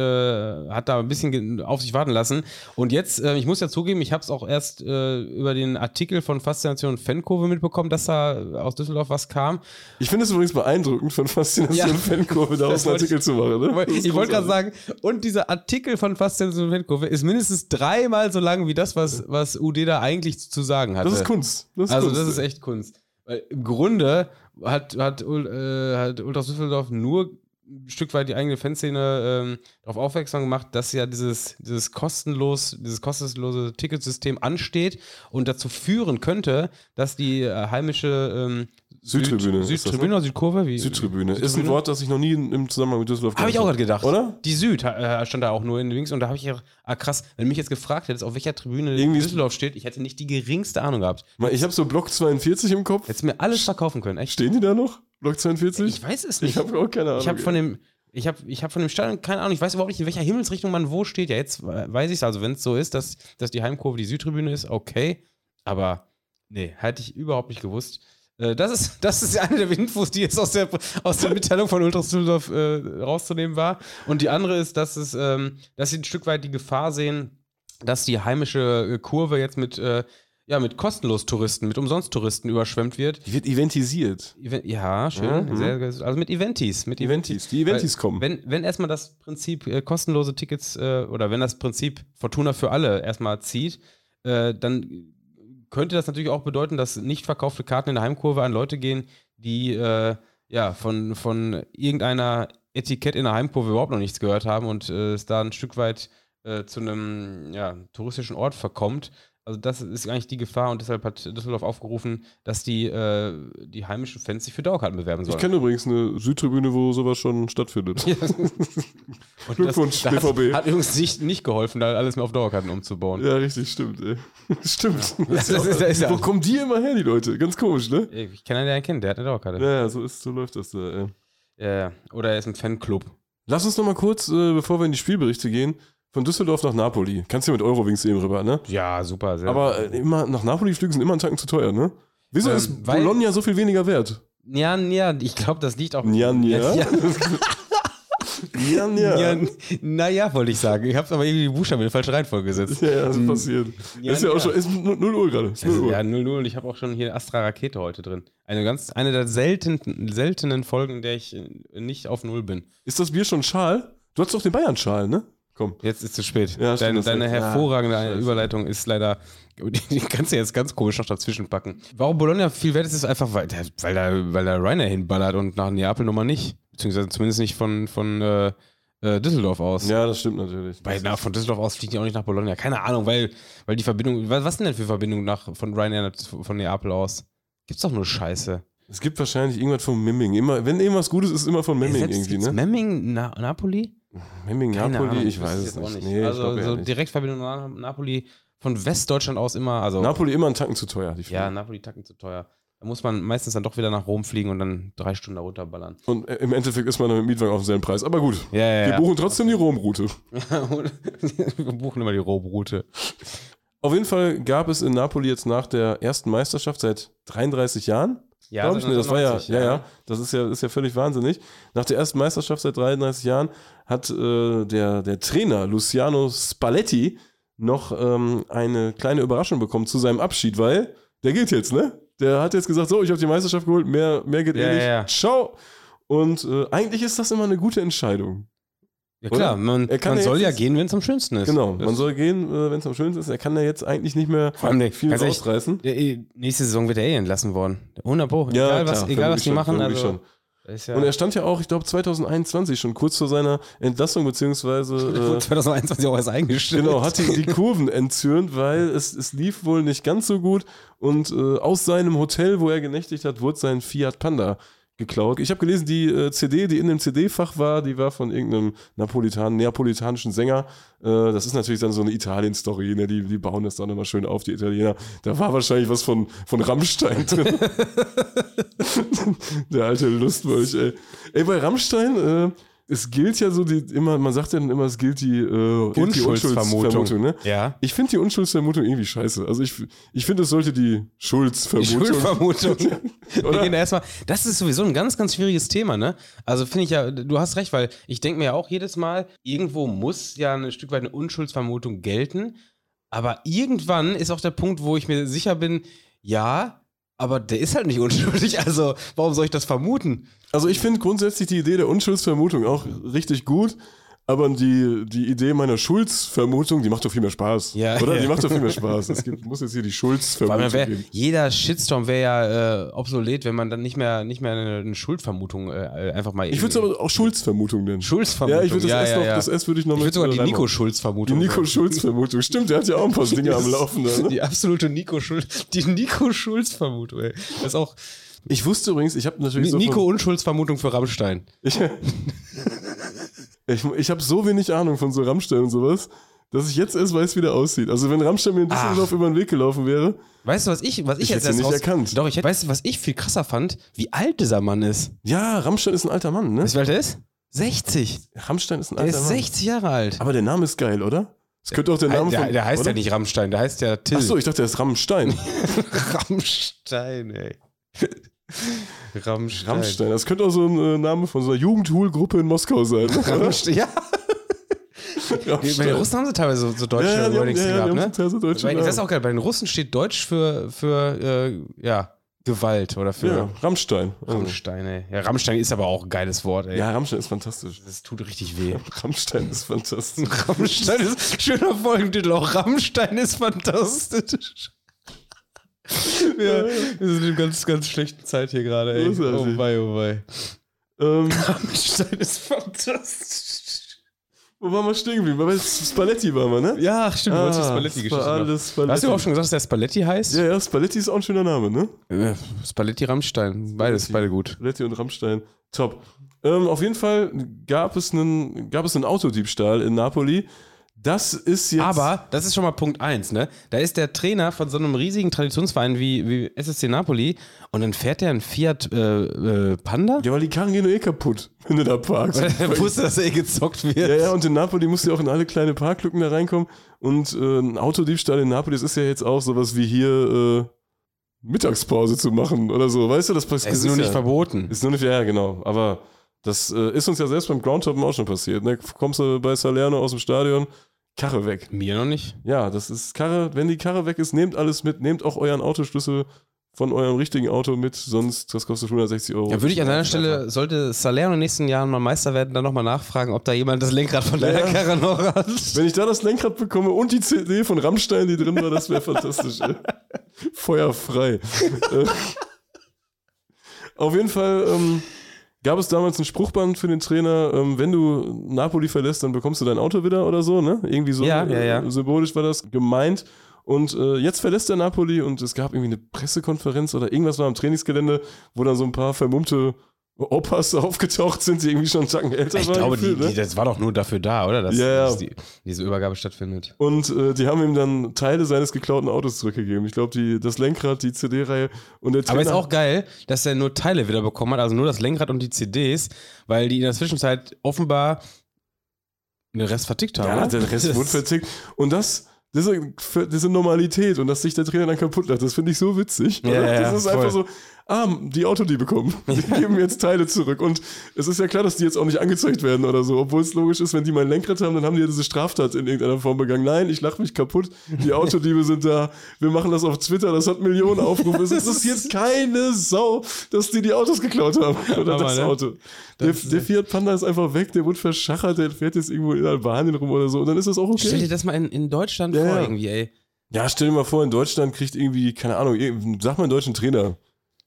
A: hat da ein bisschen ge- auf sich warten lassen. Und jetzt, äh, ich muss ja zugeben, ich habe es auch erst äh, über den Artikel von Faszination Fankurve mitbekommen, dass da aus Düsseldorf was kam.
B: Ich finde es übrigens beeindruckend, von Faszination
A: Ja.
B: Fankurve daraus
A: (laughs) Das
B: einen
A: wollte
B: Artikel zu machen. Ne?
A: Aber
B: Das ist
A: Ich wollte gerade
B: großartig.
A: sagen, und dieser Artikel von Faszination Fankurve ist mindestens dreimal so lang wie das, was, was UD da eigentlich zu sagen hatte.
B: Das ist Kunst. Das ist
A: also
B: Kunst.
A: das ist echt Kunst. Weil im Grunde hat, hat, Ul- äh, hat Ultras Düsseldorf nur ein Stück weit die eigene Fanszene ähm, darauf aufmerksam gemacht, dass ja dieses, dieses, kostenlos, dieses kostenlose Ticketsystem ansteht und dazu führen könnte, dass die äh, heimische ähm,
B: Südtribüne ist das,
A: Süd, Südtribüne oder Südkurve, wie,
B: Südtribüne. Ist ein Wort, das ich noch nie in- im Zusammenhang mit Düsseldorf
A: Habe ich auch gerade gedacht.
B: Oder?
A: Die Süd äh, stand da auch nur in den Links und da habe ich auch, ah krass, wenn du mich jetzt gefragt hättest, auf welcher Tribüne
B: Irgendwie-
A: Düsseldorf steht, ich hätte nicht die geringste Ahnung gehabt.
B: Mal, Ich habe so Block 42 im Kopf.
A: Hättest mir alles verkaufen können, echt.
B: Stehen die da noch? Block 42?
A: Ich weiß es
B: Ich
A: nicht.
B: habe auch keine Ahnung.
A: Ich habe von dem, ich habe, ich habe von dem Stadion keine Ahnung. Ich weiß überhaupt nicht, in welcher Himmelsrichtung man wo steht. Ja, jetzt äh, weiß ich es. Also wenn es so ist, dass, dass die Heimkurve die Südtribüne ist, okay. Aber nee, hätte ich überhaupt nicht gewusst. Äh, Das ist, (laughs) das ist eine der Infos, die jetzt aus der, aus der Mitteilung von Ultras Düsseldorf äh, rauszunehmen war. Und die andere ist, dass, es, ähm, dass sie ein Stück weit die Gefahr sehen, dass die heimische äh, Kurve jetzt mit, äh, ja, mit kostenlos Touristen, mit umsonst Touristen überschwemmt wird.
B: Die wird eventisiert.
A: Even- Ja, schön.
B: Mhm.
A: Sehr, sehr- also mit Eventis. Mit
B: Eventis. Die Eventis kommen.
A: Wenn, wenn erstmal das Prinzip äh, kostenlose Tickets äh, oder wenn das Prinzip Fortuna für alle erstmal zieht, äh, dann könnte das natürlich auch bedeuten, dass nicht verkaufte Karten in der Heimkurve an Leute gehen, die äh, ja von, von irgendeiner Etikett in der Heimkurve überhaupt noch nichts gehört haben und äh, es da ein Stück weit äh, zu einem ja, touristischen Ort verkommt. Also das ist eigentlich die Gefahr und deshalb hat Düsseldorf aufgerufen, dass die, äh, die heimischen Fans sich für Dauerkarten bewerben
B: Ich
A: sollen.
B: kenne übrigens eine Südtribüne, wo sowas schon stattfindet.
A: Ja. Und
B: Glückwunsch,
A: das, das
B: BVB.
A: Hat, hat übrigens nicht, nicht geholfen, da alles mehr auf Dauerkarten umzubauen.
B: Ja, richtig, stimmt, ey. (laughs) Stimmt.
A: Das ist- das ist ja-
B: Wo kommen die immer her, die Leute? Ganz komisch, ne?
A: Ich kenne einen, der einen kennt, der hat eine Dauerkarte. Ja.
B: Ja, ja, so, ist, so läuft das da, ey.
A: ja. Oder er ist im Fanclub.
B: Lass uns nochmal kurz, äh, bevor wir in die Spielberichte gehen, von Düsseldorf nach Napoli. Kannst du mit Eurowings eben rüber, ne?
A: Ja, super. Sehr
B: Aber äh, immer nach Napoli Flüge sind immer einen Tacken zu teuer, ne? Wieso
A: Ähm,
B: ist
A: weil-
B: Bologna so viel weniger wert?
A: Nja, nja, ich glaube, das liegt auch.
B: Nja, nja.
A: Ja,
B: Ja,
A: ja. Nja, naja, wollte ich sagen. Ich habe aber irgendwie die Buchstaben in die falsche Reihenfolge gesetzt.
B: Ja, ja, das ist passiert.
A: Ja,
B: ist Hm. ja auch
A: ja.
B: schon, ist 0 Uhr gerade. Ist 0
A: Also,
B: Uhr.
A: ja, 0-0 und ich habe auch schon hier Astra Rakete heute drin. Eine ganz, eine der seltenen, seltenen Folgen, in der ich äh, nicht auf Null bin.
B: Ist das Bier schon Schal? Du hast doch den Bayern-Schal, ne? Komm.
A: Jetzt ist es zu spät.
B: Ja, stimmt,
A: deine
B: das
A: deine
B: ist-
A: hervorragende
B: Ja, scheiße.
A: Überleitung ist leider. Die kannst du jetzt ganz komisch noch dazwischen packen. Warum Bologna viel wert ist, ist einfach, weil, der- weil, da, weil da Rainer hinballert und nach Neapel nochmal nicht. Beziehungsweise zumindest nicht von, von äh, äh, Düsseldorf aus.
B: Ja, das stimmt natürlich.
A: Weil nach, von Düsseldorf aus fliegt die auch nicht nach Bologna. Keine Ahnung, weil, weil die Verbindung. Was, was denn denn für Verbindung nach, von Ryanair nach- von Neapel aus? Gibt's doch nur Scheiße.
B: Es gibt wahrscheinlich irgendwas von Memming. Immer, wenn irgendwas Gutes ist, immer von Memming
A: Äh, Selbst
B: irgendwie,
A: gibt's
B: ne?
A: Memming, Na, Napoli?
B: Memming,
A: Keine
B: Napoli,
A: Ahnung,
B: ich weiß es
A: jetzt auch
B: nicht. Nee, ich
A: also
B: glaub eher
A: so
B: nicht.
A: Direktverbindung nach Napoli von Westdeutschland aus immer. Also
B: Napoli immer einen Tacken zu teuer, die
A: ja,
B: Flüge.
A: Napoli tacken zu teuer. Da muss man meistens dann doch wieder nach Rom fliegen und dann drei Stunden da runterballern.
B: Und äh, im Endeffekt ist man dann mit Mietwagen auf demselben Preis. Aber gut,
A: Ja, ja,
B: wir
A: ja.
B: buchen trotzdem die Rom-Route.
A: (laughs) wir buchen immer die Rohroute.
B: Auf jeden Fall gab es in Napoli jetzt nach der ersten Meisterschaft seit 33 Jahren,
A: Ja,
B: glaube ich, ne, das war ja,
A: 1990,
B: ja, ja, das ist ja, ist ja völlig wahnsinnig. Nach der ersten Meisterschaft seit 33 Jahren hat äh, der, der Trainer Luciano Spalletti noch ähm, eine kleine Überraschung bekommen zu seinem Abschied, weil der geht jetzt, ne? Der hat jetzt gesagt, so, ich habe die Meisterschaft geholt, mehr, mehr geht
A: Ja,
B: eh nicht.
A: ja, ja.
B: Ciao! Und äh, eigentlich ist das immer eine gute Entscheidung.
A: Ja,
B: Oder?
A: klar, man,
B: Er kann
A: man
B: ja
A: soll
B: jetzt-
A: ja gehen, wenn es am schönsten ist.
B: Genau,
A: Das-
B: man soll gehen, äh, wenn es am schönsten ist. Er kann ja jetzt eigentlich nicht mehr
A: Vor allem,
B: viel
A: ganz ehrlich,
B: rausreißen.
A: der- eh, nächste Saison wird er eh entlassen worden. 100 Pro. egal, was,
B: klar,
A: egal, was die
B: vermutlich schon,
A: machen.
B: vermutlich
A: Also, ist ja
B: Und er stand ja auch, ich glaube, 2021 schon kurz vor seiner Entlassung, beziehungsweise.
A: (laughs) (laughs) wurde
B: Äh,
A: 2021 auch erst eingestellt.
B: Genau, hat die, die Kurven entzürnt, weil es, es lief wohl nicht ganz so gut. Und äh, aus seinem Hotel, wo er genächtigt hat, wurde sein Fiat Panda geklaut. Ich habe gelesen, die äh, CD, die in dem CD-Fach war, die war von irgendeinem Napolitan, neapolitanischen Sänger. Äh, das ist natürlich dann so eine Italien-Story, ne? die, die bauen das dann immer schön auf, die Italiener. Da war wahrscheinlich was von, von Rammstein (laughs) drin. Der alte Lustmolch, ey. Ey, bei Rammstein, äh, es gilt ja so die immer, man sagt ja dann immer, es gilt die, äh, gilt die
A: Unschuldsvermutung.
B: ne?
A: (laughs) Ja.
B: Ich finde die Unschuldsvermutung irgendwie scheiße. Also ich, ich finde, es sollte die
A: Die Genau.
B: Schuldsvermutung.
A: Schuldvermutung.
B: (laughs)
A: Wir
B: Oder?
A: gehen da erstmal. Das ist sowieso ein ganz, ganz schwieriges Thema, ne? Also finde ich ja, du hast recht, weil ich denke mir ja auch jedes Mal, irgendwo muss ja ein Stück weit eine Unschuldsvermutung gelten. Aber irgendwann ist auch der Punkt, wo ich mir sicher bin, ja, aber der ist halt nicht unschuldig. (laughs) Also warum soll ich das vermuten?
B: also ich finde grundsätzlich die Idee der Unschuldsvermutung auch richtig gut. Aber die, die Idee meiner Schuldsvermutung, die macht doch viel mehr Spaß.
A: Ja,
B: Oder?
A: ja.
B: Die macht doch
A: (laughs)
B: viel mehr Spaß. Es gibt, muss jetzt hier die
A: Vor allem,
B: Schuldsvermutung
A: wär,
B: geben.
A: jeder Shitstorm wäre ja äh, obsolet, wenn man dann nicht mehr, nicht mehr eine, eine Schuldvermutung äh, einfach mal.
B: Ich würde es aber auch Schuldsvermutung nennen.
A: Schuldsvermutung.
B: ja, ich würde das,
A: ja,
B: S
A: ja,
B: noch,
A: ja.
B: das S würde ich noch
A: Ich würde sogar die
B: reinmachen. Die
A: Nico-Schulz-Vermutung.
B: Nico Schulz-Vermutung. Stimmt, der hat ja auch ein paar
A: (laughs)
B: Dinge am Laufen. Da, ne?
A: Die absolute Nico Schulz, die Nico Schulz Vermutung, ey. Das ist auch
B: Ich wusste übrigens, ich habe natürlich so
A: Nico Unschulz Vermutung für Rammstein.
B: Ich, ich, ich habe so wenig Ahnung von so Rammstein und sowas, dass ich jetzt erst weiß, wie der aussieht. Also wenn Rammstein mir in
A: Ach.
B: Düsseldorf über den Weg gelaufen wäre,
A: Weißt du, was ich, was ich,
B: Ich
A: jetzt
B: hätte
A: erst
B: ihn nicht
A: raus-
B: erkannt. Hm?
A: Doch, ich hätte, weißt du, was ich viel krasser fand, wie alt dieser Mann ist.
B: ja, Rammstein ist ein alter Mann, ne?
A: Weißt du, wie alt er ist? 60.
B: Rammstein ist ein
A: Er
B: alter
A: ist
B: Mann.
A: 60 Jahre alt.
B: Aber der Name ist geil, oder? Es könnte auch der Name
A: der,
B: von...
A: der heißt (laughs)
B: oder?
A: ja nicht Rammstein, der heißt ja Till.
B: Achso, ich dachte, der ist Rammstein.
A: Rammstein, ey. Rammstein.
B: Rammstein. Das könnte auch so ein äh, Name von so einer Jugendhool-Gruppe in Moskau sein. ne?
A: Rammstein. (laughs) Ja, bei den Russen haben sie teilweise so, so deutsche
B: Ja, ja, die haben-
A: Wordings
B: ja, ja,
A: gehabt,
B: die haben
A: ne?
B: zum Teil so
A: Ich
B: deutsche
A: meine, das ist
B: Namen.
A: auch geil. Bei den Russen steht Deutsch für, für äh, ja, Gewalt oder für
B: Ja, Rammstein.
A: Rammstein, ey. Ja, Rammstein ist aber auch ein geiles Wort, ey.
B: Ja, Rammstein ist fantastisch.
A: Das tut richtig weh.
B: Rammstein ist fantastisch.
A: (laughs) Rammstein ist schöner Folgentitel auch. Rammstein ist fantastisch. (laughs) Ja, wir sind in einer ganz, ganz schlechten Zeit hier gerade, ey.
B: Großartig.
A: Oh wei, oh wei.
B: ähm,
A: Rammstein ist fantastisch.
B: wo waren wir stehen geblieben? Bei Spalletti waren wir, ne?
A: Ja, ach, stimmt, du wolltest
B: Ah,
A: Spalletti-Geschichte machen.
B: Alles Spalletti.
A: Hast du auch schon gesagt, dass der Spalletti heißt?
B: Ja, ja, Spalletti ist auch ein schöner Name, ne?
A: Äh, Spalletti, Rammstein. Beides,
B: Spalletti.
A: beide gut.
B: Spalletti und Rammstein. Top. Ähm, auf jeden Fall gab es einen, gab es einen Autodiebstahl in Napoli. Das ist jetzt.
A: Aber das ist schon mal Punkt 1, ne? Da ist der Trainer von so einem riesigen Traditionsverein wie, wie SSC Napoli und dann fährt der einen Fiat äh, äh, Panda?
B: Ja, weil die Karren gehen nur eh kaputt, wenn du da parkst.
A: Er (laughs) wusste, dass er eh gezockt wird.
B: Ja, ja, und in Napoli musst du ja auch in alle kleine Parklücken da reinkommen. Und äh, ein Autodiebstahl in Napoli, das ist ja jetzt auch sowas wie hier äh, Mittagspause zu machen oder so. Weißt du, das passiert.
A: Es ist nur nicht
B: ja,
A: verboten.
B: Ist nur nicht, ja, genau. Aber das äh, ist uns ja selbst beim Groundtoppen auch schon passiert. Ne? Kommst du bei Salerno aus dem Stadion, Karre weg.
A: Mir noch nicht.
B: Ja, das ist Karre. Wenn die Karre weg ist, nehmt alles mit. Nehmt auch euren Autoschlüssel von eurem richtigen Auto mit. Sonst, das kostet 160 Euro.
A: Ja, würde ich an deiner Stelle, sollte Salerno in den nächsten Jahren mal Meister werden, dann nochmal nachfragen, ob da jemand das Lenkrad von deiner
B: Ja.
A: Karre noch hat.
B: Wenn ich da das Lenkrad bekomme und die CD von Rammstein, die drin war, das wäre fantastisch.
A: (laughs)
B: Ey. Feuerfrei. Äh, Auf jeden Fall ähm, gab es damals ein Spruchband für den Trainer, ähm, wenn du Napoli verlässt, dann bekommst du dein Auto wieder oder so, ne? Irgendwie so
A: Ja, ja,
B: äh,
A: ja.
B: symbolisch war das gemeint. Und äh, jetzt verlässt er Napoli und es gab irgendwie eine Pressekonferenz oder irgendwas war am Trainingsgelände, wo dann so ein paar vermummte Opas (laughs) aufgetaucht sind, die irgendwie schon einen Tacken älter
A: Ich
B: waren.
A: glaube, die,
B: gefühlt, ne?
A: die, das war doch nur dafür da, oder? Dass,
B: Ja, ja.
A: dass die, diese Übergabe stattfindet.
B: Und äh, die haben ihm dann Teile seines geklauten Autos zurückgegeben. Ich glaube, das Lenkrad, die CD-Reihe und der
A: Aber
B: Trainer-
A: ist auch geil, dass er nur Teile wieder bekommen hat, also nur das Lenkrad und die CDs, weil die in der Zwischenzeit offenbar den Rest vertickt haben.
B: ja,
A: oder?
B: der Rest
A: Das-
B: wurde verzickt. Und das, diese, für- diese Normalität und dass sich der Trainer dann kaputt lacht, das finde ich so witzig.
A: Ja,
B: oder?
A: ja,
B: das ist
A: voll.
B: einfach so, ah, die
A: (laughs)
B: Autodiebe kommen. Die geben jetzt Teile zurück. Und es ist ja klar, dass die jetzt auch nicht angezeigt werden oder so. Obwohl es logisch ist, wenn die mein Lenkrad haben, dann haben die ja diese Straftat in irgendeiner Form begangen. Nein, ich lache mich kaputt. Die Autodiebe sind da. Wir machen das auf Twitter. Das hat Millionen Aufrufe. Es ist jetzt keine Sau, dass die die Autos
A: (laughs)
B: geklaut haben. Oder
A: Hammer,
B: das
A: ne?
B: Auto. Also, Der, der Fiat Panda ist einfach weg, der wurde verschachert, der fährt jetzt irgendwo in Albanien rum oder so und dann ist das auch
A: Stell dir
B: okay.
A: das mal in, in Deutschland
B: Ja,
A: vor,
B: ja.
A: irgendwie, ey.
B: Ja, stell dir mal vor, in Deutschland kriegt irgendwie, keine Ahnung, irgendein- sag mal einen deutschen Trainer.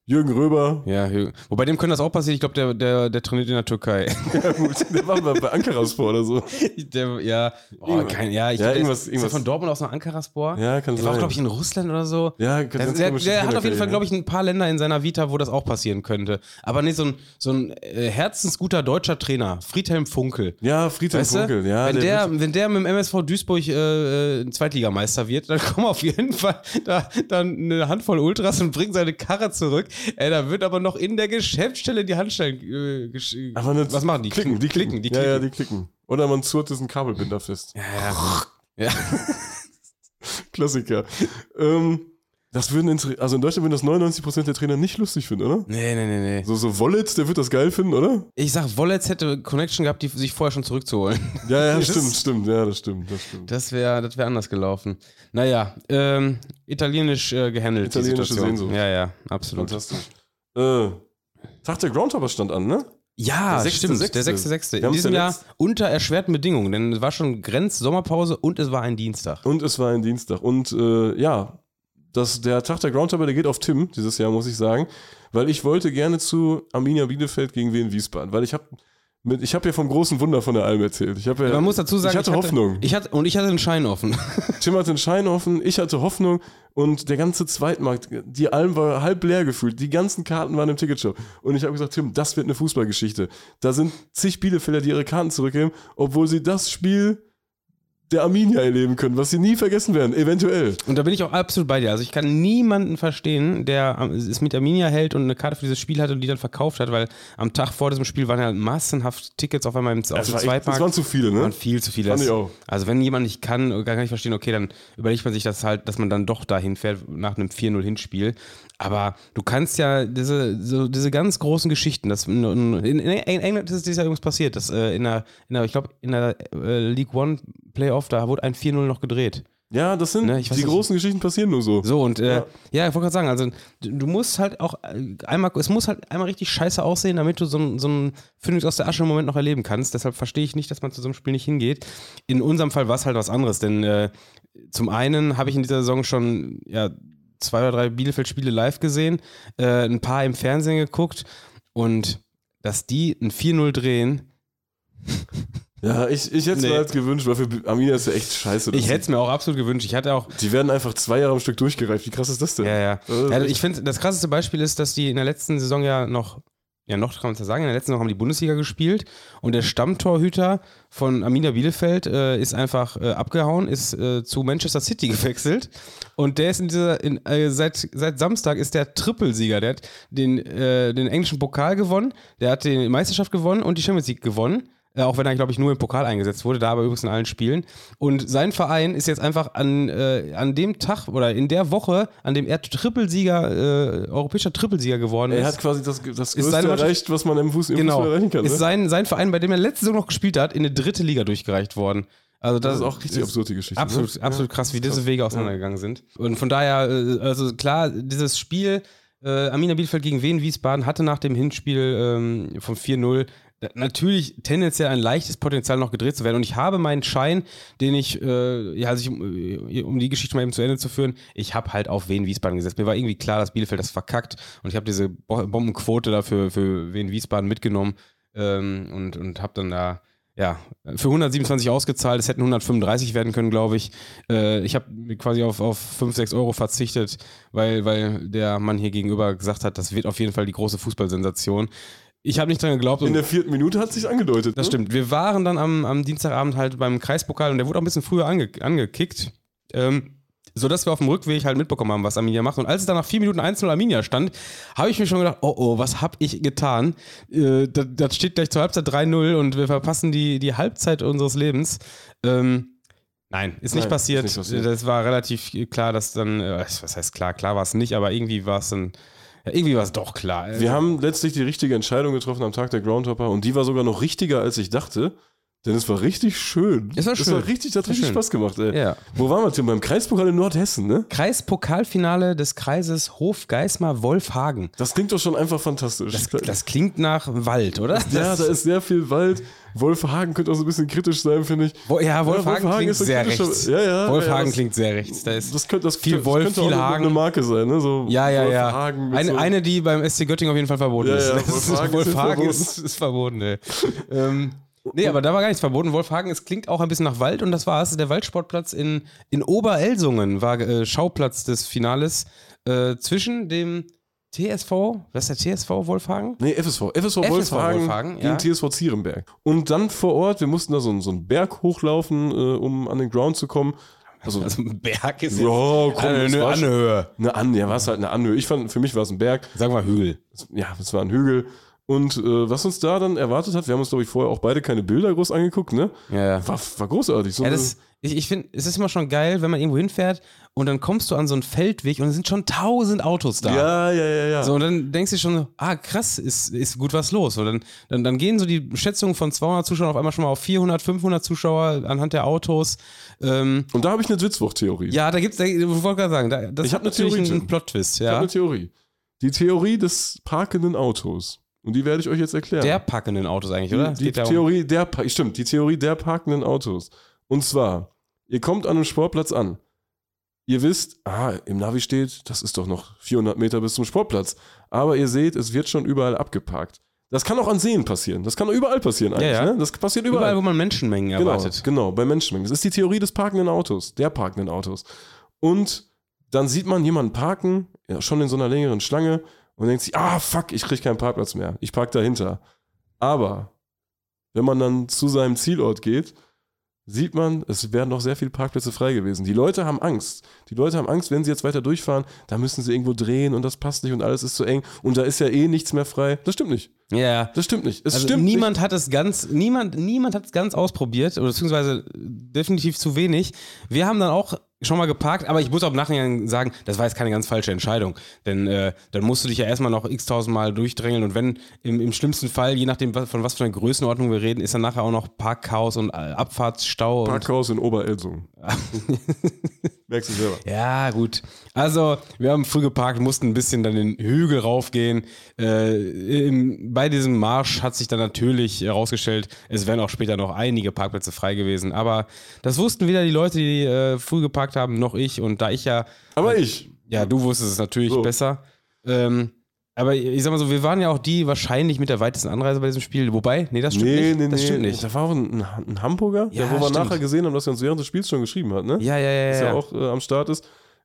B: Jürgen Röber. (laughs)
A: Ja, Hü- wobei dem könnte das auch passieren. Ich glaube, der, der, der trainiert in der Türkei. (laughs)
B: Ja, gut, der war bei, bei Ankaraspor oder so.
A: der, ja, oh,
B: Irgendwas.
A: kein, ja, ich glaub,
B: Ja,
A: der
B: irgendwas-
A: ist, ist der
B: irgendwas.
A: von Dortmund aus nach Ankaraspor.
B: Ja, kann
A: der war,
B: sein.
A: glaube ich, in Russland oder so.
B: Ja, kann
A: Der,
B: ganz
A: der,
B: komische
A: der hat auf jeden
B: Trainerkarriere.
A: Fall, glaube ich, ein paar Länder in seiner Vita, wo das auch passieren könnte. Aber nee, so ein, so ein äh, herzensguter deutscher Trainer, Friedhelm Funkel.
B: ne? Ja, Friedhelm
A: Weißt du?
B: Funkel, ja.
A: wenn, der,
B: wird-
A: wenn der mit dem MSV Duisburg äh, äh, Zweitligameister wird, dann (laughs) kommen auf jeden Fall da dann eine Handvoll Ultras und bringen seine Karre zurück. Ey, da wird aber noch in der Geschäftsstelle die Handstellen. Äh, gesch-
B: Aber eine-
A: was machen die?
B: Klicken, die klicken.
A: die
B: Ja,
A: klicken.
B: ja, die klicken. Oder man zurrt diesen Kabelbinder fest.
A: (laughs) ja. ja.
B: Klassiker. ähm, das würden, in Tra- also in Deutschland würden das 99% der Trainer nicht lustig finden, oder?
A: Nee, nee, nee, nee.
B: So, so Wallet, der wird das geil finden, oder?
A: Ich sag, Wollets hätte Connection gehabt, die sich vorher schon zurückzuholen. (laughs)
B: Ja, ja,
A: Das-
B: stimmt, stimmt, ja, das stimmt, das stimmt.
A: Das wäre das wär anders gelaufen. Naja, ähm, italienisch äh, gehandelt.
B: Italienische
A: die Situation.
B: Sehnsucht.
A: Ja, ja, absolut.
B: Fantastisch. Äh, Tag der Groundhopper stand an, ne?
A: Ja,
B: Der
A: stimmt.
B: 6.6..
A: Der 6.6.
B: Wir
A: In
B: haben's
A: diesem
B: ja
A: Jahr
B: letzt-
A: unter erschwerten Bedingungen, denn es war schon Grenz-Sommerpause und es war ein Dienstag.
B: Und es war ein Dienstag. Und äh, ja, das, der Tag der Groundhopper, der geht auf Tim dieses Jahr, muss ich sagen. Weil ich wollte gerne zu Arminia Bielefeld gegen Wien Wiesbaden. Weil ich habe mit, ich habe ja vom großen Wunder von der Alm erzählt. Ich habe ja,
A: Man muss dazu sagen,
B: ich hatte Hoffnung.
A: Ich hatte, und ich hatte einen Schein offen. (laughs)
B: Tim hatte einen Schein offen, ich hatte Hoffnung und der ganze Zweitmarkt, die Alm war halb leer gefühlt, die ganzen Karten waren im Ticketshop. Und ich habe gesagt, Tim, das wird eine Fußballgeschichte. Da sind zig Bielefelder, die ihre Karten zurückgeben, obwohl sie das Spiel der Arminia erleben können, was sie nie vergessen werden, eventuell.
A: Und da bin ich auch absolut bei dir. Also ich kann niemanden verstehen, der am- es mit Arminia hält und eine Karte für dieses Spiel hatte und die dann verkauft hat, weil am Tag vor diesem Spiel waren ja massenhaft Tickets auf einmal im, auf dem
B: Das, war echt, das
A: Zweitmarkt.
B: Also waren zu viele, ne?
A: waren viel zu viele.
B: Fand
A: Das-
B: ich auch.
A: Also wenn jemand nicht kann, kann kann ich verstehen, okay, dann überlegt man sich das halt, dass man dann doch dahin fährt nach einem 4-0 Hinspiel. Aber du kannst ja diese, so diese ganz großen Geschichten, das in, in, in in England ist es dieses Jahr übrigens passiert, dass äh, in der, in der, ich glaube, in der äh, League One Playoff, da wurde ein 4-0 noch gedreht.
B: Ja, das sind
A: Ne, ich weiß
B: die
A: nicht.
B: großen Geschichten passieren nur so.
A: So, und äh,
B: Ja.
A: ja. ich wollte gerade sagen, also du, du musst halt auch äh, einmal, es muss halt einmal richtig scheiße aussehen, damit du so, einen- so einen Phoenix aus der Asche im Moment noch erleben kannst. Deshalb verstehe ich nicht, dass man zu so einem Spiel nicht hingeht. In unserem Fall war es halt was anderes, denn äh, zum einen habe ich in dieser Saison schon ja, zwei oder drei Bielefeld-Spiele live gesehen, äh, ein paar im Fernsehen geguckt und dass die ein 4-0 drehen,
B: Ja, ich, ich hätte es
A: Nee.
B: mir halt gewünscht, weil für Arminia ist ja echt scheiße. das
A: ich hätte es mir auch absolut gewünscht. Ich hatte auch
B: Die werden einfach zwei Jahre am Stück durchgereift. Wie krass ist das denn?
A: Ja, ja.
B: Äh,
A: ja ich finde, das krasseste Beispiel ist, dass die in der letzten Saison ja noch, ja noch kann man es ja sagen, in der letzten Saison haben die Bundesliga gespielt und der Stammtorhüter von Amina Bielefeld äh, ist einfach äh, abgehauen, ist äh, zu Manchester City (laughs) gewechselt und der ist in dieser, in, äh, seit, seit Samstag ist der Trippelsieger. Der hat den, äh, den englischen Pokal gewonnen, der hat die Meisterschaft gewonnen und die Champions League gewonnen. Äh, auch wenn er, glaube ich, nur im Pokal eingesetzt wurde, da aber übrigens in allen Spielen. Und sein Verein ist jetzt einfach an, äh, an dem Tag oder in der Woche, an dem er Trippelsieger, äh, europäischer Trippelsieger geworden
B: Er
A: ist.
B: hat quasi das, das Größte
A: seine Mannschaft-
B: erreicht, was man im, Fuß, im
A: genau.
B: Fußball erreichen kann. Ne?
A: Ist sein, sein Verein, bei dem er letzte Saison noch gespielt hat, in eine dritte Liga durchgereicht worden. Also das,
B: das ist auch Äh, richtig absurde Geschichte.
A: Absolut,
B: ne?
A: absolut krass, wie diese Wege auseinandergegangen sind. Und von daher, äh, also klar, dieses Spiel äh, Arminia Bielefeld gegen Wien Wiesbaden hatte nach dem Hinspiel ähm, von 4-0 da- äh, natürlich tendenziell ein leichtes Potenzial noch gedreht zu werden. Und ich habe meinen Schein, den ich, äh, ja, also ich, um, äh, um die Geschichte mal eben zu Ende zu führen, ich habe halt auf Wien Wiesbaden gesetzt. Mir war irgendwie klar, dass Bielefeld das verkackt und ich habe diese Bo Bombenquote dafür für Wien Wiesbaden mitgenommen ähm, und, und habe dann da ja, für 127 ausgezahlt. Es hätten 135 werden können, glaube ich. Äh, ich habe quasi auf, auf 5, 6 Euro verzichtet, weil, weil der Mann hier gegenüber gesagt hat, das wird auf jeden Fall die große Fußballsensation. Ich habe nicht dran geglaubt.
B: In
A: Und
B: der vierten Minute hat sich angedeutet.
A: Oh. das
B: ne?
A: stimmt. Wir waren dann am, am Dienstagabend halt beim Kreispokal und der wurde auch ein bisschen früher ange, angekickt. Ähm, sodass wir auf dem Rückweg halt mitbekommen haben, was Arminia macht. Und als es dann nach vier Minuten 1-0 Arminia stand, habe ich mir schon gedacht, oh oh, was habe ich getan? Äh, das, das steht gleich zur Halbzeit 3-0 und wir verpassen die, die Halbzeit unseres Lebens. Ähm, nein, ist nicht
B: Nein,
A: passiert.
B: ist nicht passiert.
A: Das war relativ klar, dass dann, äh, was heißt klar, klar war es nicht, aber irgendwie war es dann, ja, irgendwie war es doch klar.
B: Wir haben letztlich die richtige Entscheidung getroffen am Tag der Groundhopper und die war sogar noch richtiger, als ich dachte. Denn es war richtig schön.
A: Es war
B: Es
A: schön.
B: war richtig, das hat
A: Es war
B: richtig
A: schön.
B: Spaß gemacht, ey.
A: Ja.
B: Wo waren wir denn? Beim Kreispokal in Nordhessen, ne?
A: Kreispokalfinale des Kreises Hof-Geismar-Wolfhagen.
B: Das klingt doch schon einfach fantastisch.
A: Das, das klingt nach Wald, oder?
B: ja, da ist sehr viel Wald. Wolfhagen könnte auch so ein bisschen kritisch sein, finde ich.
A: Wo, ja, Wolfhagen,
B: Wolfhagen
A: klingt
B: ist so
A: sehr
B: kritischer-
A: rechts.
B: Ja, ja,
A: Wolfhagen
B: ja, das-
A: klingt sehr rechts. Da ist,
B: Das könnte, das
A: Viel
B: könnte,
A: Wolf,
B: das könnte
A: viel
B: auch eine-
A: Hagen.
B: eine Marke sein, ne? So
A: ja, ja, ja.
B: Wolfhagen mit
A: Eine,
B: so-
A: eine, die beim SC Göttingen auf jeden Fall verboten
B: Ja,
A: ist.
B: ja,
A: Das ist-
B: Wolfhagen ist
A: Wolfhagen
B: verboten.
A: ist, ist verboten, ey. ähm, nee, aber da war gar nichts verboten. Wolfhagen, es klingt auch ein bisschen nach Wald und das war's. Der Waldsportplatz in, in Oberelsungen war äh, Schauplatz des Finales äh, zwischen dem TSV, was ist der TSV Wolfhagen?
B: Nee, FSV. FSV,
A: FSV
B: Wolfhagen,
A: Wolfhagen,
B: gegen
A: ja.
B: TSV Zierenberg. Und dann vor Ort, wir mussten da so, einen- so einen Berg hochlaufen, äh, um an den Ground zu kommen. Also,
A: (laughs) Also ein Berg ist Äh,
B: ja, komm, es
A: eine
B: war schon-
A: Anhöhe.
B: eine An ja, war es halt eine Anhöhe. Ich fand, für mich war es ein Berg.
A: Sagen wir Hügel.
B: Ja, es war ein Hügel. Und äh, was uns da dann erwartet hat, wir haben uns, glaube ich, vorher auch beide keine Bilder groß angeguckt, ne?
A: Ja, ja.
B: War, war großartig. So
A: Ja,
B: eine-
A: das, ich ich finde, es ist immer schon geil, wenn man irgendwo hinfährt und dann kommst du an so einen Feldweg und es sind schon tausend Autos da.
B: ja, ja, ja. ja.
A: So, und dann denkst du dir schon, ah krass, ist, ist gut was los. Und dann, dann, dann gehen so die Schätzungen von 200 Zuschauern auf einmal schon mal auf 400, 500 Zuschauer anhand der Autos. Ähm,
B: Und da habe ich eine Sitzwoch-Theorie.
A: ja, da gibt's, da, ich wollte gerade sagen, da, das
B: Ich
A: hat
B: hab eine
A: natürlich
B: Theorie,
A: einen
B: Tim.
A: Plot-Twist,
B: Ich habe
A: ja.
B: eine Theorie. Die Theorie des parkenden Autos. Und die werde ich euch jetzt erklären.
A: Der packenden Autos eigentlich, oder? Es
B: Die, die
A: geht darum-
B: Theorie der, Pa- stimmt, die Theorie der parkenden Autos. Und zwar, ihr kommt an einem Sportplatz an. Ihr wisst, ah, im Navi steht, das ist doch noch 400 Meter bis zum Sportplatz. Aber ihr seht, es wird schon überall abgeparkt. Das kann auch an Seen passieren. Das kann überall passieren eigentlich.
A: ja.
B: Ne? Das passiert
A: überall,
B: überall.
A: wo man Menschenmengen
B: genau,
A: erwartet.
B: genau, bei Menschenmengen. Das ist die Theorie des parkenden Autos, der parkenden Autos. Und dann sieht man jemanden parken, ja, schon in so einer längeren Schlange und denkt sich, ah, fuck, ich krieg keinen Parkplatz mehr. Ich park dahinter. Aber wenn man dann zu seinem Zielort geht, sieht man, es wären noch sehr viele Parkplätze frei gewesen. Die Leute haben Angst. Die Leute haben Angst, wenn sie jetzt weiter durchfahren, da müssen sie irgendwo drehen und das passt nicht und alles ist zu eng und da ist ja eh nichts mehr frei. Das stimmt nicht.
A: Ja.
B: Das stimmt nicht. Es
A: Also
B: stimmt
A: niemand hat es ganz, niemand, niemand hat es ganz ausprobiert, oder beziehungsweise definitiv zu wenig. Wir haben dann auch schon mal geparkt, aber ich muss auch im Nachhinein sagen, das war jetzt keine ganz falsche Entscheidung. Denn äh, dann musst du dich ja erstmal noch x tausend Mal durchdrängeln und wenn im, im schlimmsten Fall, je nachdem wa- von was für einer Größenordnung wir reden, ist dann nachher auch noch Parkhaus und äh, Abfahrtsstau.
B: nicht.
A: und,
B: Parkhaus in Oberelsung.
A: (laughs)
B: Merkst du selber.
A: ja, gut. Also, wir haben früh geparkt, mussten ein bisschen dann den Hügel raufgehen. Äh, im, bei diesem Marsch hat sich dann natürlich herausgestellt, es wären auch später noch einige Parkplätze frei gewesen. Aber das wussten weder die Leute, die äh, früh geparkt haben, noch ich. Und da ich ja,
B: Aber ich.
A: ja, du wusstest es natürlich
B: So.
A: besser. Ähm, aber ich sag mal so, wir waren ja auch die wahrscheinlich mit der weitesten Anreise bei diesem Spiel. Wobei, nee, das stimmt
B: Nee,
A: nicht.
B: nee,
A: das
B: nee.
A: stimmt nicht.
B: Da war auch ein, ein Hamburger,
A: Ja,
B: der, wo wir
A: stimmt.
B: nachher gesehen haben, dass er uns während des Spiels schon geschrieben hat, ne?
A: Ja, ja, ja.
B: Dass
A: ja.
B: er auch äh, am Start ist.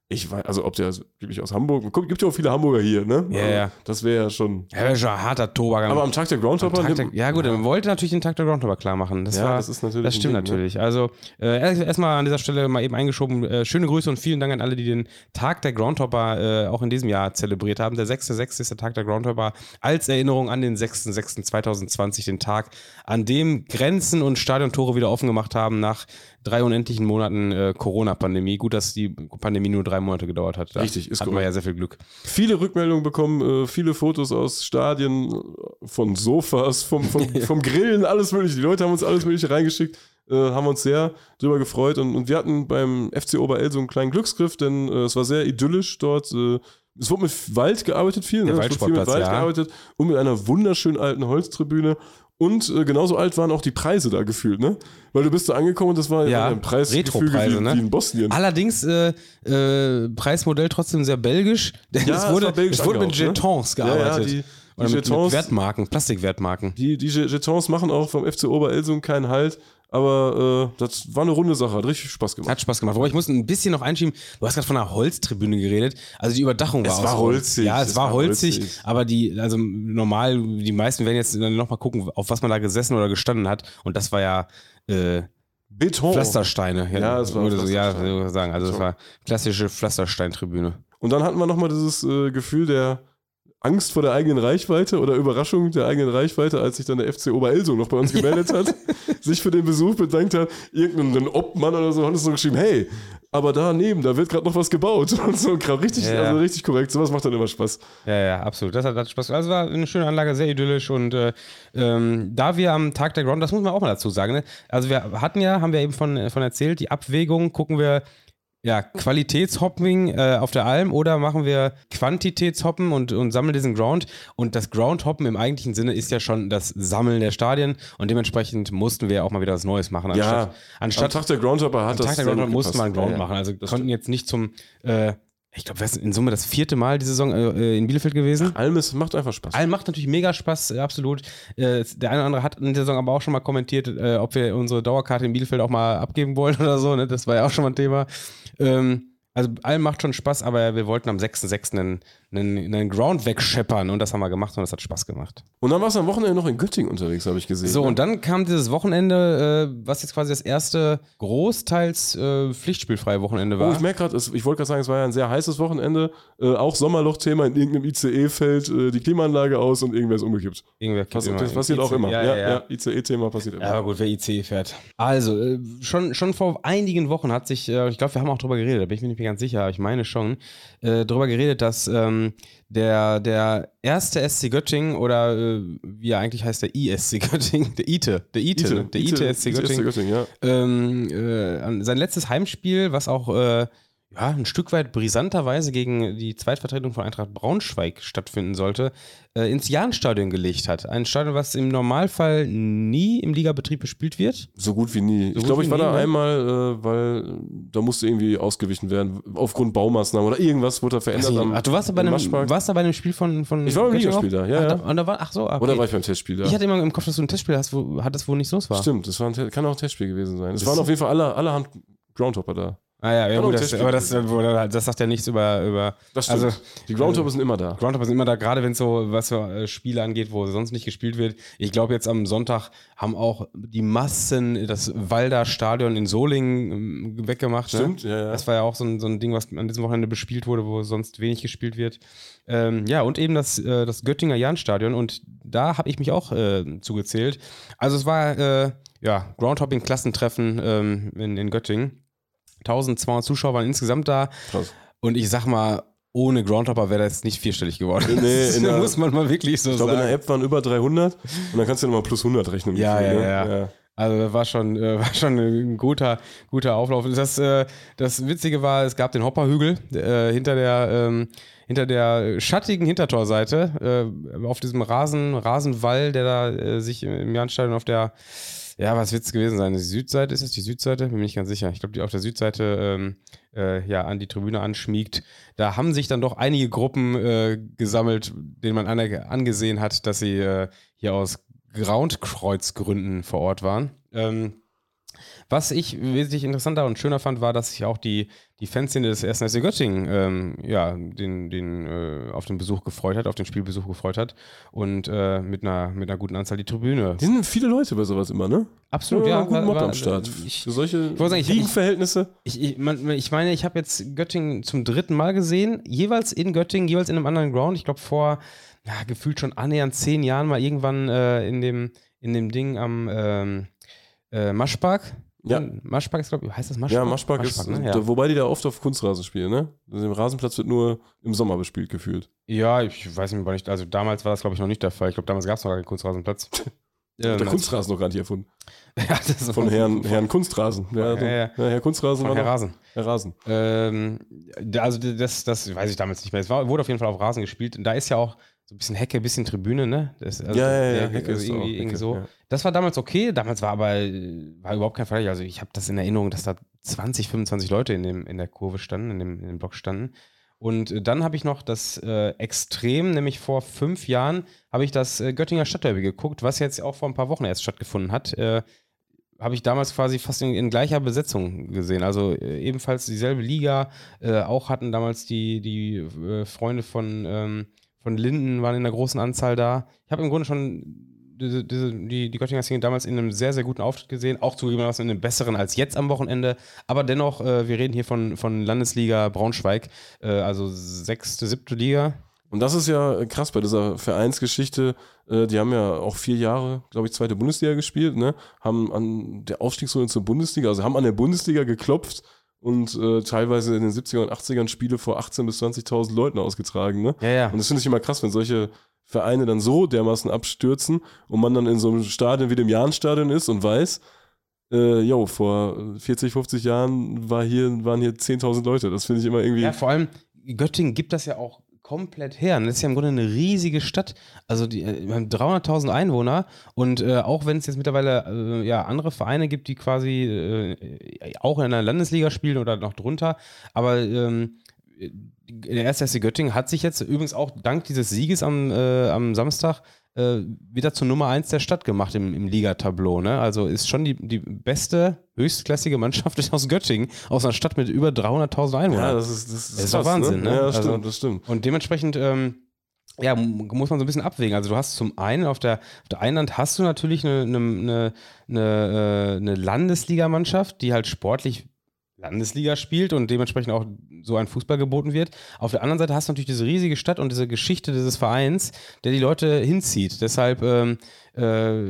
B: Ich weiß, also ob der ist wirklich aus Hamburg. Guck, gibt ja auch viele Hamburger hier, ne?
A: Ja,
B: also,
A: ja.
B: Das wäre ja schon.
A: ja, das ist schon ein harter Tobak. am
B: Aber am Tag der Groundhopper.
A: Tag der,
B: nimmt-
A: ja gut, man wollte natürlich den Tag der Groundhopper klar machen. Das,
B: Ja,
A: war,
B: das ist natürlich
A: Das
B: ein
A: stimmt
B: Ding, ne?
A: natürlich. Also äh, erst- erstmal an dieser Stelle mal eben eingeschoben. Äh, schöne Grüße und vielen Dank an alle, die den Tag der Groundhopper äh, auch in diesem Jahr zelebriert haben. Der 6.6. ist der Tag der Groundhopper als Erinnerung an den 6.6.2020, den Tag, an dem Grenzen und Stadiontore wieder offen gemacht haben nach drei unendlichen Monaten äh, Corona-Pandemie. Gut, dass die Pandemie nur drei Monate gedauert hat. Da
B: Richtig, ist
A: hatten wir
B: korrekt.
A: ja sehr viel Glück.
B: Viele Rückmeldungen bekommen, äh, viele Fotos aus Stadien, von Sofas,
A: (laughs)
B: vom, vom, vom Grillen, alles mögliche. Die Leute haben uns alles mögliche reingeschickt, äh, haben uns sehr drüber gefreut. Und, und wir hatten beim FC Oberelsung einen kleinen Glücksgriff, denn äh, es war sehr idyllisch dort. Äh, es wurde mit Wald gearbeitet viel, ne?
A: Der
B: es wurde viel mit
A: Waldsportplatz,
B: Wald
A: ja.
B: gearbeitet und mit einer wunderschönen alten Holztribüne. Und äh, genauso alt waren auch die Preise da gefühlt, ne? Weil du bist da angekommen und das war
A: Ja,
B: ein Preisgefüge
A: Retropreise,
B: wie,
A: ne?
B: wie in Bosnien.
A: Allerdings äh, äh, Preismodell trotzdem sehr belgisch, denn
B: Ja,
A: es
B: es
A: wurde,
B: war belgisch
A: es wurde mit
B: angehaucht, ne?
A: Jetons
B: Ja, ja,
A: gearbeitet.
B: die- die
A: Oder mit, mit
B: Jetons-
A: Wertmarken, Plastikwertmarken.
B: Die, die Jetons machen auch vom FC Oberelsung keinen Halt, aber äh, das war eine runde Sache, hat richtig Spaß gemacht.
A: Hat Spaß gemacht. Wobei ich muss ein bisschen noch einschieben, du hast gerade von einer Holztribüne geredet. Also die Überdachung war
B: war
A: aus
B: holzig,
A: Ja, es, war holzig,
B: holzig.
A: aber die, also normal, die meisten werden jetzt dann nochmal gucken, auf was man da gesessen oder gestanden hat. Und das war ja äh,
B: Beton.
A: Pflastersteine.
B: Oh. Ja, es war
A: würde so, ja,
B: Pflasterstein.
A: würde ich sagen. Also das
B: So.
A: war klassische Pflastersteintribüne.
B: Und dann hatten wir nochmal dieses äh, Gefühl der Angst vor der eigenen Reichweite oder Überraschung der eigenen Reichweite, als sich dann der FC Oberelsung noch
A: (laughs)
B: bei uns gemeldet hat, sich für den Besuch bedankt hat. Irgendein Obmann oder so hat uns so geschrieben, hey, aber daneben, da wird gerade noch was gebaut. (laughs) Und so, gra- richtig,
A: Ja.
B: also richtig korrekt. Sowas macht dann immer Spaß.
A: Ja, ja, absolut. Das hat, hat Spaß. gemacht. Also war eine schöne Anlage, sehr idyllisch. Und äh, ähm, da wir am Tag der Ground, das muss man auch mal dazu sagen, ne? also wir hatten ja, haben wir eben von, von erzählt, die Abwägung, gucken wir ja, Qualitätshopping äh, auf der Alm oder machen wir Quantitätshoppen und, und sammeln diesen Ground. Und das Groundhoppen im eigentlichen Sinne ist ja schon das Sammeln der Stadien und dementsprechend mussten wir auch mal wieder was Neues machen. Anstatt,
B: Am
A: anstatt
B: Tag der Groundhopper hat das.
A: Tag der
B: sehr
A: Groundhopper
B: gut
A: musste
B: gepasst.
A: man Ground
B: Ja, ja.
A: machen. Also konnten jetzt nicht zum, äh, ich glaube, in Summe das vierte Mal die Saison äh, in Bielefeld gewesen.
B: Almes macht einfach Spaß.
A: Allen macht natürlich mega Spaß, äh, absolut. Äh, der eine oder andere hat in der Saison aber auch schon mal kommentiert, äh, ob wir unsere Dauerkarte in Bielefeld auch mal abgeben wollen (laughs) oder so. Ne? Das war ja auch schon mal ein Thema. Ähm, also allen macht schon Spaß, aber wir wollten am 6.6. einen, einen, einen Ground wegscheppern und das haben wir gemacht und das hat Spaß gemacht.
B: Und dann warst du am Wochenende noch in Göttingen unterwegs, habe ich gesehen.
A: So, und dann kam dieses Wochenende, äh, was jetzt quasi das erste großteils äh, pflichtspielfreie Wochenende war.
B: Oh, ich merke gerade, ich wollte gerade sagen, es war ja ein sehr heißes Wochenende. Äh, auch Sommerloch-Thema, in irgendeinem ICE fällt äh, die Klimaanlage aus und irgendwer ist umgekippt.
A: Irgendwer kippt
B: Was,
A: immer
B: das
A: in-
B: passiert auch immer.
A: Ja, ja, ja.
B: ICE-Thema passiert immer.
A: Ja, aber gut, wer ICE fährt. Also, äh, schon, schon vor einigen Wochen hat sich, äh, ich glaube, wir haben auch drüber geredet, da bin ich mir nicht mehr ganz sicher, aber ich meine schon, äh, drüber geredet, dass ähm, der, der erste SC Göttingen oder äh, wie er eigentlich heißt, der ISC Göttingen, der ITE, der
B: E,
A: ITE, ne? der ITE, SC Göttingen,
B: ja.
A: ähm, äh, an- sein letztes Heimspiel, was auch äh, ja, ein Stück weit brisanterweise gegen die Zweitvertretung von Eintracht Braunschweig stattfinden sollte, äh, ins Jahnstadion gelegt hat. Ein Stadion, was im Normalfall nie im Ligabetrieb bespielt wird.
B: So gut wie nie.
A: So
B: ich
A: gut
B: glaube,
A: wie
B: ich war
A: nie,
B: da
A: ne?
B: einmal, äh, weil äh, da musste irgendwie ausgewichen werden, aufgrund Baumaßnahmen oder irgendwas wurde da verändert. am-
A: Also, ach, du warst da, bei
B: im
A: einem,
B: Maschpark.
A: warst da bei einem Spiel von, von
B: Ich war beim
A: Göttingen auch?
B: Ligaspiel da, ja,
A: Ach,
B: ja.
A: da- und da war, ach so, ah, okay.
B: Oder war ich beim Testspiel da?
A: ich hatte immer im Kopf, dass du ein Testspiel hast, wo, hattest, wo nichts los war.
B: Stimmt, das war ein, Te- kann auch ein Testspiel gewesen sein. Es waren auf jeden Fall alle, allerhand Groundhopper da.
A: Ah ja, ja
B: Hallo,
A: gut, das,
B: Testspiel.
A: aber das, äh, das sagt ja nichts über, über
B: Das stimmt.
A: Also- Ne?
B: die Groundhopper sind immer da.
A: Groundhopper sind immer da, gerade wenn es so was so, äh, Spiele angeht, wo sonst nicht gespielt wird. Ich glaube, jetzt am Sonntag haben auch die Massen das Walder Stadion in Solingen ähm, weggemacht.
B: Stimmt,
A: ne?
B: ja, ja.
A: Das war ja auch so ein, so ein Ding, was an diesem Wochenende bespielt wurde, wo sonst wenig gespielt wird. Ähm, ja, und eben das, äh, das Göttinger Jahnstadion. Und da habe ich mich auch äh, zugezählt. Also es war äh, ja Groundhopping-Klassentreffen ähm, in, in Göttingen. 1200 Zuschauer waren insgesamt da.
B: Krass.
A: Und ich sag mal, ohne Groundhopper wäre das nicht vierstellig geworden. (laughs)
B: Nee,
A: das
B: in der-
A: muss man mal wirklich so
B: Ich glaube, in
A: sagen.
B: der App waren über 300 und dann kannst du ja nochmal plus 100 rechnen.
A: Ja,
B: Gefühl,
A: ja,
B: ne?
A: ja. Also das war schon, äh, war schon ein guter, guter Auflauf. Das, äh, das Witzige war, es gab den Hopperhügel äh, hinter der ähm, hinter der schattigen Hintertorseite äh, auf diesem Rasen Rasenwall, der da äh, sich im Jahnstadion auf der ja, was wird's gewesen sein? Die Südseite ist es die Südseite? Bin mir nicht ganz sicher. Ich glaube, die auf der Südseite ähm, äh, ja an die Tribüne anschmiegt. Da haben sich dann doch einige Gruppen äh, gesammelt, denen man ange angesehen hat, dass sie äh, hier aus Groundkreuzgründen vor Ort waren. Ähm, was ich wesentlich interessanter und schöner fand, war, dass sich auch die, die Fanszene des 1. FC Göttingen ähm, ja, den, den, äh, auf den Besuch gefreut hat, auf den Spielbesuch gefreut hat und äh, mit, einer, mit einer guten Anzahl die Tribüne
B: Die sind viele Leute bei sowas immer, ne?
A: Absolut,
B: ja,
A: ja.
B: einen guten
A: war-
B: Mob
A: war- äh,
B: am Start.
A: Ich,
B: Für solche
A: wollte sagen, ich-
B: Ligenverhältnisse.
A: ich, ich, man, ich meine, ich habe jetzt Göttingen zum dritten Mal gesehen, jeweils in Göttingen, jeweils in einem anderen Ground. Ich glaube, vor ja, gefühlt schon annähernd zehn Jahren mal irgendwann äh, in, dem, in dem Ding am ähm, äh, Maschpark.
B: Ja.
A: Maschpark ist, glaube ich, heißt das Maschpark?
B: Ja, Maschpark ist,
A: Hm, ne? ja.
B: da- wobei die da oft auf Kunstrasen spielen, ne? Also, im Rasenplatz wird nur im Sommer bespielt gefühlt.
A: ja, ich weiß nicht, wann ich, also damals war das, glaube ich, noch nicht der Fall. Ich glaube, damals gab es noch gar keinen Kunstrasenplatz.
B: (laughs) Der
A: Ähm, als-
B: Kunstrasen noch gar nicht erfunden.
A: (laughs) ja, das
B: Von Herrn, Herrn Kunstrasen. Ja,
A: ja,
B: so-
A: ja.
B: Herr Kunstrasen
A: von
B: war
A: Herr
B: noch,
A: Rasen.
B: Herr Rasen.
A: Ähm, da- also d- das, das weiß ich damals nicht mehr. Es war, wurde auf jeden Fall auf Rasen gespielt. Und da ist ja auch so ein bisschen Hecke, ein bisschen Tribüne, ne? Das, also,
B: Ja, ja, ja,
A: der-
B: Hecke
A: also
B: ist
A: irgendwie,
B: auch
A: irgendwie
B: Hecke,
A: so.
B: ja.
A: Das war damals okay. Damals war aber äh, war überhaupt kein Vergleich. Also ich habe das in Erinnerung, dass da 20, 25 Leute in, dem, in der Kurve standen, in dem, in dem Block standen. Und äh, dann habe ich noch das äh, Extrem, nämlich vor fünf Jahren, habe ich das äh, Göttinger Stadtderby geguckt, was jetzt auch vor ein paar Wochen erst stattgefunden hat. Äh, habe ich damals quasi fast in, in gleicher Besetzung gesehen. Also äh, ebenfalls dieselbe Liga. Äh, auch hatten damals die, die äh, Freunde von, ähm, von Linden waren in einer großen Anzahl da. Ich habe im Grunde schon diese, diese, die, die Göttinger Szene damals in einem sehr, sehr guten Auftritt gesehen. Auch zugegebenermaßen in einem besseren als jetzt am Wochenende. Aber dennoch, äh, wir reden hier von, von Landesliga Braunschweig, äh, also sechste, siebte Liga.
B: Und das ist ja äh, krass bei dieser Vereinsgeschichte. Äh, Die haben ja auch vier Jahre, glaube ich, zweite Bundesliga gespielt, ne? Haben an der Aufstiegsrunde zur Bundesliga, also haben an der Bundesliga geklopft und äh, teilweise in den 70er und 80ern Spiele vor 18.000 bis 20.000 Leuten ausgetragen, ne?
A: Ja, ja.
B: Und das finde ich immer krass, wenn solche Vereine dann so dermaßen abstürzen und man dann in so einem Stadion wie dem Jahnstadion ist und weiß, äh, yo, vor 40, 50 Jahren war hier, waren hier 10.000 Leute. Das finde ich immer irgendwie.
A: Ja, vor allem, Göttingen gibt das ja auch komplett her. Und das ist ja im Grunde eine riesige Stadt. Also die äh, wir haben 300.000 Einwohner. Und äh, auch wenn es jetzt mittlerweile äh, ja, andere Vereine gibt, die quasi äh, auch in einer Landesliga spielen oder noch drunter. Aber ähm, der 1. FC Göttingen hat sich jetzt übrigens auch dank dieses Sieges am, äh, am Samstag äh, wieder zur Nummer 1 der Stadt gemacht im, im Ligatableau. Ne? Also ist schon die, die beste, höchstklassige Mannschaft (laughs) aus Göttingen, aus einer Stadt mit über 300.000 Einwohnern.
B: Ja, das ist, das ist,
A: Das ist doch Wahnsinn, ne?
B: Ja, das
A: Also-
B: stimmt, das stimmt.
A: Und dementsprechend ähm, ja, m- muss man so ein bisschen abwägen. Also du hast zum einen auf der, auf der einen Hand hast du natürlich eine, eine, eine, eine, äh, eine Landesligamannschaft, die halt sportlich Landesliga spielt und dementsprechend auch so ein Fußball geboten wird. Auf der anderen Seite hast du natürlich diese riesige Stadt und diese Geschichte dieses Vereins, der die Leute hinzieht. Deshalb ähm, äh,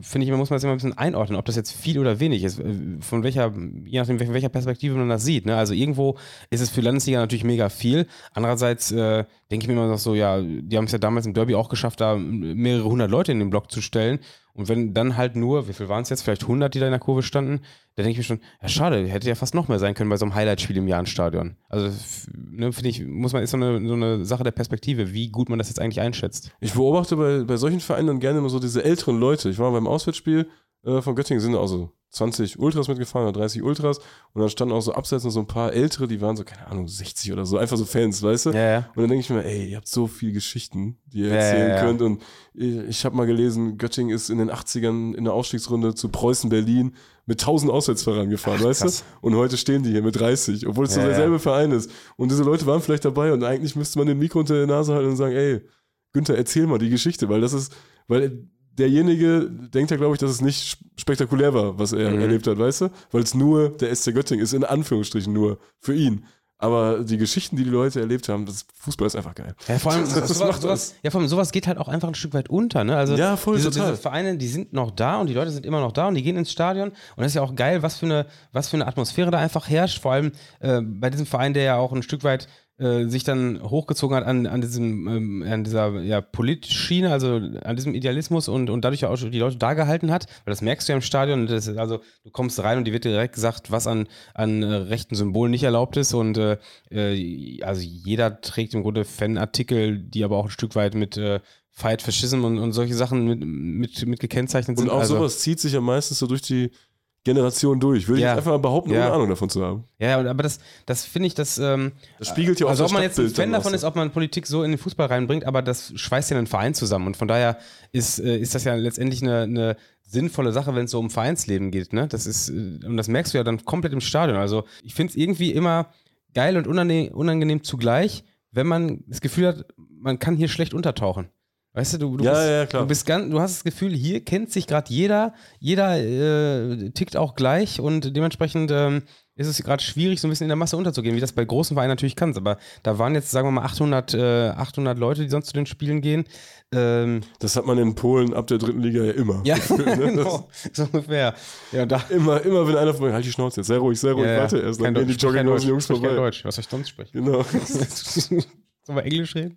A: finde ich, man muss man das immer ein bisschen einordnen, ob das jetzt viel oder wenig ist, äh, von welcher, je nachdem, von welcher Perspektive man das sieht. Ne? Also irgendwo ist es für Landesliga natürlich mega viel. Andererseits äh, denke ich mir immer noch so, ja, die haben es ja damals im Derby auch geschafft, da mehrere hundert Leute in den Block zu stellen. Und wenn dann halt nur, wie viel waren es jetzt, vielleicht 100, die da in der Kurve standen, da denke ich mir schon, ja schade, hätte ja fast noch mehr sein können bei so einem Highlight-Spiel im Jahrenstadion. Also f- ne, finde ich, muss man, ist so eine, so eine Sache der Perspektive, wie gut man das jetzt eigentlich einschätzt.
B: Ich beobachte bei, bei solchen Vereinen dann gerne immer so diese älteren Leute. Ich war beim Auswärtsspiel äh, von Göttingen, sind also 20 Ultras mitgefahren oder 30 Ultras und dann standen auch so abseits noch so ein paar ältere, die waren so, keine Ahnung, 60 oder so, einfach so Fans, weißt du?
A: Ja, ja.
B: Und dann denke ich mir, ey, ihr habt so viele Geschichten, die ihr
A: Ja,
B: erzählen
A: ja, ja.
B: könnt. Und ich, ich habe mal gelesen, Göttingen ist in den 80ern in der Aufstiegsrunde zu Preußen-Berlin mit 1000 Auswärtsfahrern gefahren, weißt
A: krass.
B: du? Und heute stehen die hier mit 30, obwohl es
A: Ja,
B: so
A: ja.
B: derselbe Verein ist. Und diese Leute waren vielleicht dabei und eigentlich müsste man den Mikro unter der Nase halten und sagen, ey, Günther, erzähl mal die Geschichte, weil das ist, weil derjenige denkt ja, glaube ich, dass es nicht sp- spektakulär war, was er
A: Mhm.
B: erlebt hat, weißt du? Weil es nur der SC Göttingen ist, in Anführungsstrichen nur, für ihn. Aber die Geschichten, die die Leute erlebt haben, das Fußball ist einfach geil.
A: Ja, vor allem,
B: (laughs) Das
A: sowas,
B: macht
A: sowas, ja, vor allem sowas geht halt auch einfach ein Stück weit unter. Ne? Also
B: Ja, voll,
A: diese,
B: total.
A: diese Vereine, die sind noch da und die Leute sind immer noch da und die gehen ins Stadion. Und das ist ja auch geil, was für eine, was für eine Atmosphäre da einfach herrscht. Vor allem äh, bei diesem Verein, der ja auch ein Stück weit äh, sich dann hochgezogen hat an, an, diesem, ähm, an dieser ja, Politschiene, also an diesem Idealismus und, und dadurch ja auch schon die Leute da gehalten hat, weil das merkst du ja im Stadion, Und das, ist also du kommst rein und dir wird direkt gesagt, was an, an äh, rechten Symbolen nicht erlaubt ist und äh, äh, also jeder trägt im Grunde Fanartikel, die aber auch ein Stück weit mit äh, Fight Fascism und, und solche Sachen mit, mit, mit gekennzeichnet sind.
B: Und auch
A: also,
B: sowas zieht sich ja meistens so durch die Generation durch. Würde
A: Ja.
B: ich jetzt einfach mal behaupten,
A: Ja.
B: ohne Ahnung davon zu haben.
A: Ja, ja, aber das, das finde ich, das ähm,
B: Das spiegelt ja auch
A: also
B: das
A: ob man jetzt ein
B: Stadtbild
A: Fan
B: dann
A: davon
B: auch
A: ist, ob man Politik so in den Fußball reinbringt, aber das schweißt ja einen Verein zusammen. Und von daher ist, äh, ist das ja letztendlich eine, eine sinnvolle Sache, wenn es so um Vereinsleben geht. Ne? Das ist, äh, und das merkst du ja dann komplett im Stadion. Also ich finde es irgendwie immer geil und unane- unangenehm zugleich, wenn man das Gefühl hat, man kann hier schlecht untertauchen. Weißt du, du, du,
B: Ja,
A: bist,
B: ja, klar.
A: du bist ganz, du hast das Gefühl, hier kennt sich gerade jeder, jeder äh, tickt auch gleich und dementsprechend ähm, ist es gerade schwierig, so ein bisschen in der Masse unterzugehen, wie das bei großen Vereinen natürlich kann. Aber da waren jetzt, sagen wir mal, 800, äh, 800 Leute, die sonst zu den Spielen gehen. Ähm,
B: Das hat man in Polen ab der dritten Liga ja immer.
A: ja,
B: ne? (laughs)
A: (laughs)
B: Das-
A: genau, so ungefähr. Ja, da.
B: Immer, immer wenn einer von euch, halt die Schnauze jetzt, sei ruhig, sei ruhig,
A: ja,
B: warte erst,
A: kein
B: dann gehen die
A: Deutsch, sprich kein Deutsch,
B: Jogginghosen Jungs
A: sprich kein
B: vorbei.
A: Deutsch, was soll ich sonst sprechen?
B: Genau.
A: (laughs) Sollen wir Englisch reden?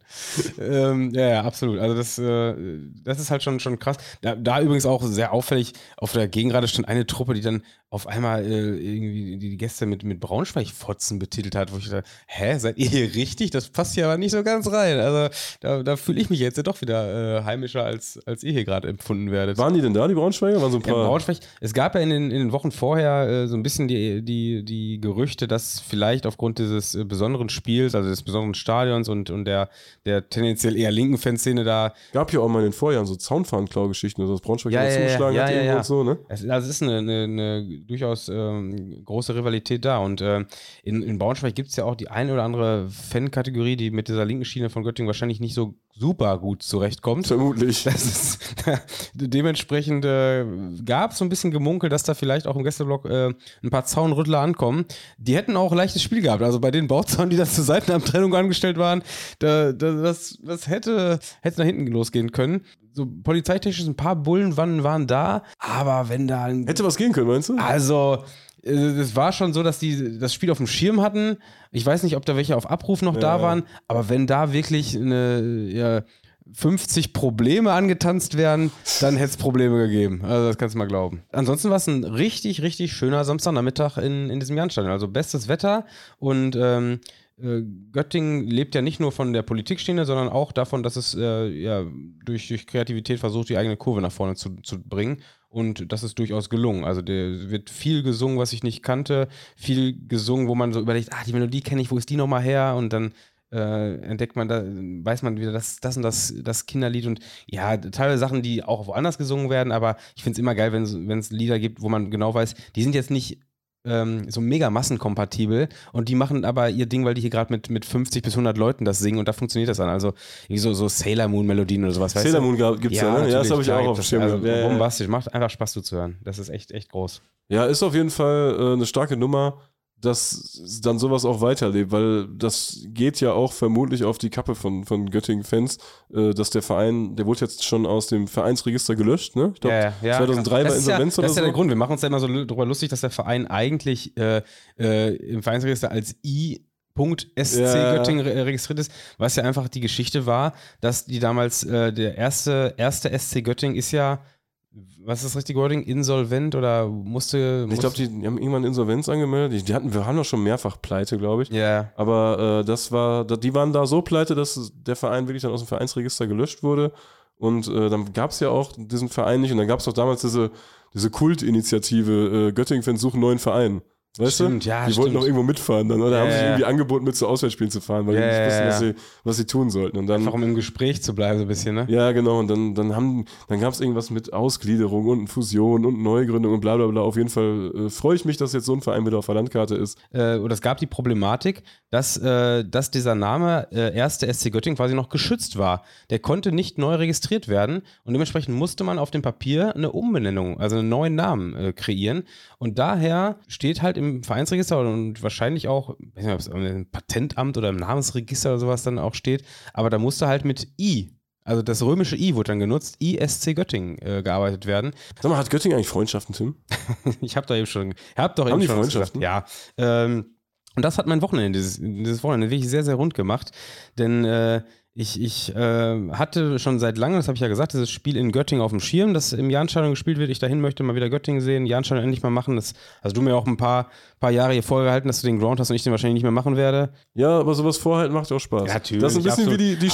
A: ähm, ja, ja, absolut. Also das, äh, das ist halt schon, schon krass. Da, da übrigens auch sehr auffällig, auf der Gegengrade stand eine Truppe, die dann auf einmal äh, irgendwie die die Gäste mit, mit Braunschweig-Fotzen betitelt hat, wo ich dachte, hä, seid ihr hier richtig? Das passt ja aber nicht so ganz rein. Also da, da fühle ich mich jetzt ja doch wieder äh, heimischer, als, als ihr hier gerade empfunden werdet.
B: Waren die denn da, die Braunschweiger? Waren so ein
A: Ja,
B: paar.
A: Braunschweig. Es gab ja in den, in den Wochen vorher äh, so ein bisschen die, die, die Gerüchte, dass vielleicht aufgrund dieses äh, besonderen Spiels, also des besonderen Stadions und, und der, der tendenziell eher linken Fanszene da,
B: Gab ja auch mal in den Vorjahren so Zaunfahnenklau-Geschichten, dass Braunschweig
A: Ja,
B: immer
A: ja, ja,
B: zugeschlagen
A: ja,
B: hat
A: ja,
B: irgendwo
A: ja.
B: und so, ne?
A: es, also es ist eine, eine, eine durchaus ähm, große Rivalität da. Und ähm, in, in Braunschweig gibt es ja auch die eine oder andere Fankategorie, die mit dieser linken Schiene von Göttingen wahrscheinlich nicht so super gut zurechtkommt. (laughs)
B: Vermutlich.
A: Das ist, (laughs) dementsprechend äh, gab es so ein bisschen Gemunkel, dass da vielleicht auch im Gästeblock äh, ein paar Zaunrüttler ankommen. Die hätten auch ein leichtes Spiel gehabt. Also bei den Bauzäunen, die da zur Seitenabtrennung angestellt waren, da, da, das, das hätte, hätte nach hinten losgehen können. So polizeitechnisch ein paar Bullen waren, waren da, aber wenn da ein
B: Hätte was gehen können, meinst du?
A: also, äh, es war schon so, dass die das Spiel auf dem Schirm hatten. Ich weiß nicht, ob da welche auf Abruf noch da
B: Ja.
A: waren, aber wenn da wirklich eine, ja, 50 Probleme angetanzt werden, dann hätte es Probleme gegeben. Also, das kannst du mal glauben. Ansonsten war es ein richtig, richtig schöner Samstagnachmittag in, in diesem Jahnstadion. Also, bestes Wetter und. Ähm, äh, Göttingen lebt ja nicht nur von der Politikschiene, sondern auch davon, dass es äh, ja, durch, durch Kreativität versucht, die eigene Kurve nach vorne zu, zu bringen. Und das ist durchaus gelungen. Also der wird viel gesungen, was ich nicht kannte, viel gesungen, wo man so überlegt, ah, die Melodie kenne ich, wo ist die nochmal her? Und dann äh, entdeckt man da, weiß man wieder, das, das und das, das Kinderlied und ja, teilweise Sachen, die auch woanders gesungen werden, aber ich finde es immer geil, wenn es Lieder gibt, wo man genau weiß, die sind jetzt nicht ähm, so mega massenkompatibel und die machen aber ihr Ding, weil die hier gerade mit, mit 50 bis 100 Leuten das singen und da funktioniert das dann. Also irgendwie so, so Sailor Moon Melodien oder sowas. weißt du?
B: Sailor Moon gab- gibt's ja, ne? Ja, das
A: natürlich,
B: habe ich
A: klar
B: auch
A: gibt
B: auf dem
A: es.
B: Schirm.
A: Also
B: gehabt. ja, ja, ja.
A: bombastisch, macht einfach Spaß zuzuhören. Das ist echt, echt groß.
B: Ja, ist auf jeden Fall äh, eine starke Nummer, dass dann sowas auch weiterlebt, weil das geht ja auch vermutlich auf die Kappe von, von Göttingen-Fans, äh, dass der Verein, der wurde jetzt schon aus dem Vereinsregister gelöscht, ne? Ich glaub,
A: Das
B: 2003 war
A: ist ja,
B: Insolvenz
A: Das
B: oder
A: ist ja
B: so.
A: der Grund. Wir machen uns ja immer so darüber lustig, dass der Verein eigentlich äh, äh, im Vereinsregister als I. SC
B: Ja.
A: Göttingen re- äh, registriert ist, was ja einfach die Geschichte war, dass die damals äh, der erste, erste SC Göttingen ist ja, was ist das richtige Wording, insolvent oder musste.
B: ich glaube, die, die haben irgendwann Insolvenz angemeldet. Die, die hatten, wir haben doch schon mehrfach Pleite, glaube ich.
A: die. Ja.
B: Aber äh, das war, da- die waren da so pleite, dass der Verein wirklich dann aus dem Vereinsregister gelöscht wurde. Und äh, dann gab es ja auch diesen Verein nicht und dann gab es auch damals diese, diese Kultinitiative, äh, Göttingen-Fans suchen neuen Verein. Weißt
A: Stimmt,
B: du?
A: ja,
B: die wollten
A: stimmt.
B: noch irgendwo mitfahren dann, oder?
A: Ja,
B: haben sich
A: ja, ja.
B: irgendwie angeboten, mit zu Auswärtsspielen zu fahren, weil
A: Ja,
B: die nicht
A: ja,
B: wussten,
A: ja.
B: was sie, was sie tun sollten. Und dann,
A: Einfach um im Gespräch zu bleiben, so ein bisschen, ne?
B: ja, genau. Und dann, dann, haben- dann gab es irgendwas mit Ausgliederung und Fusion und Neugründung und bla bla bla. Auf jeden Fall äh, freue ich mich, dass jetzt so ein Verein wieder auf der Landkarte ist.
A: Äh, oder es gab die Problematik, dass, äh, dass dieser Name äh, 1. SC Göttingen quasi noch geschützt war. Der konnte nicht neu registriert werden und dementsprechend musste man auf dem Papier eine Umbenennung, also einen neuen Namen äh, kreieren. Und daher steht halt im Vereinsregister und wahrscheinlich auch, ich weiß nicht, ob es im Patentamt oder im Namensregister oder sowas dann auch steht, aber da musste halt mit I. Also das römische I wurde dann genutzt, ISC Göttingen äh, gearbeitet werden.
B: Sag mal, hat Göttingen eigentlich Freundschaften, Tim?
A: (laughs) Ich habe doch eben schon, hab doch
B: Haben
A: eben
B: die
A: schon was gesagt.
B: Freundschaften?
A: Ja. Ähm, und das hat mein Wochenende, dieses, dieses Wochenende wirklich sehr, sehr rund gemacht. Denn äh, ich, ich äh, hatte schon seit langem, das habe ich ja gesagt, dieses Spiel in Göttingen auf dem Schirm, das im Jahnstadion gespielt wird. Ich dahin möchte mal wieder Göttingen sehen, Jahnstadion endlich mal machen. Das hast du mir auch ein paar, paar Jahre hier vorgehalten, dass du den Ground hast und ich den wahrscheinlich nicht mehr machen werde.
B: Ja, aber sowas vorhalten macht auch Spaß.
A: Ja, natürlich,
B: Das ist ein bisschen
A: absolut.
B: wie die, die
A: Ah, ich-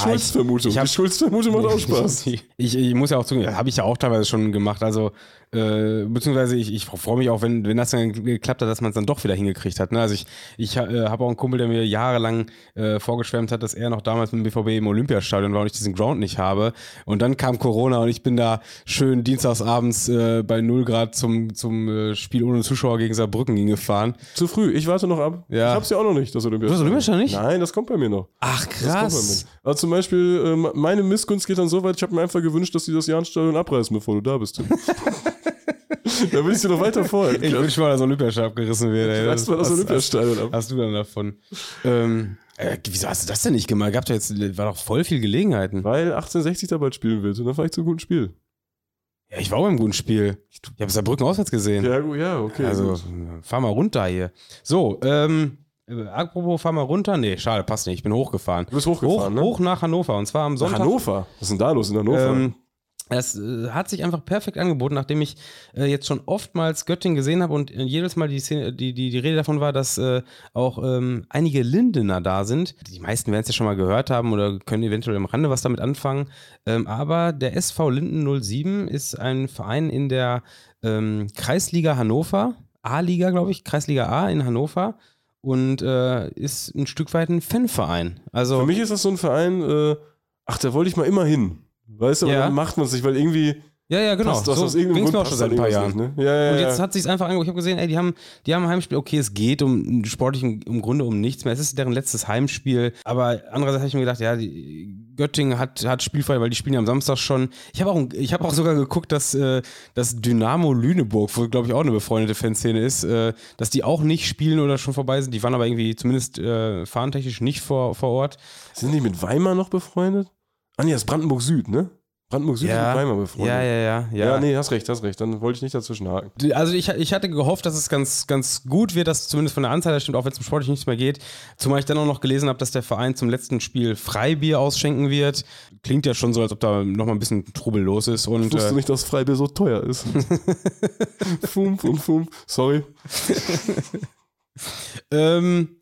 A: (laughs)
B: Schulz-Vermutung.
A: ich hab-
B: Die Schulz-Vermutung macht auch Spaß.
A: Ich, ich muss ja auch zugeben, habe ich ja auch teilweise schon gemacht. Also, äh, beziehungsweise ich, ich freue mich auch, wenn, wenn das dann geklappt hat, dass man es dann doch wieder hingekriegt hat. Ne? Also ich, ich äh, habe auch einen Kumpel, der mir jahrelang äh, vorgeschwärmt hat, dass er noch damals mit dem BVB im Olympiastadion war und ich diesen Ground nicht habe. Und dann kam Corona und ich bin da schön dienstagsabends äh, bei 0 Grad zum, zum äh, Spiel ohne Zuschauer gegen Saarbrücken hingefahren.
B: Zu früh, ich warte noch ab.
A: Ja.
B: Ich hab's ja auch noch nicht, das Olympia.
A: Du hast Olympiastadion nicht?
B: Nein, das kommt bei mir noch.
A: Ach
B: Das kommt bei mir
A: krass.
B: noch. Also zum Beispiel, ähm, meine Missgunst geht dann so weit, ich habe mir einfach gewünscht, dass die das Jahnstadion abreißen, bevor du da
A: (laughs)
B: bist. Tim. da will ich dir noch weiter vorhalten.
A: Ich
B: (laughs)
A: wünsche mal, dass Olympiastadion abgerissen wird. ey.
B: Reißt mal das
A: Das-
B: Olympiastadion ab.
A: hast du dann davon? ähm, äh, wieso hast du das denn nicht gemacht? Gab doch jetzt, war doch voll viel Gelegenheiten.
B: Weil 1860 da bald spielen wird und dann fahre ich zu einem guten Spiel.
A: Ja, ich war beim guten Spiel. Ich habe Saarbrücken auswärts gesehen.
B: Ja, gut, ja, okay.
A: also,
B: gut.
A: fahr mal runter hier. So, ähm, äh, apropos, fahr mal runter. Nee, schade, passt nicht. Ich bin hochgefahren.
B: Du bist hochgefahren,
A: hoch,
B: ne?
A: hoch nach Hannover. Und zwar am
B: Nach
A: Sonntag.
B: Hannover. Was ist denn da los in Hannover?
A: Ähm, es äh, hat sich einfach perfekt angeboten, nachdem ich äh, jetzt schon oftmals Göttingen gesehen habe und äh, jedes Mal die, Szene, die, die, die Rede davon war, dass äh, auch ähm, einige Lindener da sind. Die meisten werden es ja schon mal gehört haben oder können eventuell am Rande was damit anfangen. Ähm, aber der SV Linden 07 ist ein Verein in der ähm, Kreisliga Hannover, A-Liga, glaube ich, Kreisliga A in Hannover. Und äh, ist ein Stück weit ein Fanverein. Also
B: Für mich ist das so ein Verein, äh, ach, da wollte ich mal immer hin. Weißt du, aber
A: Ja.
B: dann macht man es nicht, weil irgendwie
A: ja, ja, genau.
B: passt das aus
A: so
B: irgendeinem
A: ging's
B: Grund
A: mir auch schon
B: passt da
A: seit ein paar
B: irgendwas
A: Jahren.
B: Nicht, ne? Ja, ja,
A: Und
B: ja.
A: jetzt hat sich einfach angeguckt. Ich habe gesehen, ey, die haben, die haben ein Heimspiel. Okay, es geht um sportlich im, im Grunde um nichts mehr. Es ist deren letztes Heimspiel. Aber andererseits habe ich mir gedacht, ja, die, Göttingen hat, hat Spielfrei, weil die spielen ja am Samstag schon. Ich habe auch, ein- ich habe auch sogar geguckt, dass, äh, dass Dynamo Lüneburg, wo glaube ich auch eine befreundete Fanszene ist, äh, dass die auch nicht spielen oder schon vorbei sind. Die waren aber irgendwie zumindest äh, fahrentechnisch nicht vor, vor Ort.
B: Sind die mit Weimar noch befreundet? Ah, nee, das ist Brandenburg Süd, ne? Brandenburg Süd ist mit Weimar befreundet.
A: ja, ja, ja, ja.
B: ja. nee, hast recht, hast recht. Dann wollte ich nicht dazwischen haken.
A: Die- Also ich, ich hatte gehofft, dass es ganz, ganz gut wird, dass zumindest von der Anzahl her stimmt, auch wenn es im Sportlich nichts mehr geht. Zumal ich dann auch noch gelesen habe, dass der Verein zum letzten Spiel Freibier ausschenken wird. Klingt ja schon so, als ob da nochmal ein bisschen Trubel los ist. Und,
B: Wusstest du
A: äh,
B: nicht, dass Freibier so teuer
A: (laughs)
B: ist? fump und fump. Sorry.
A: ähm,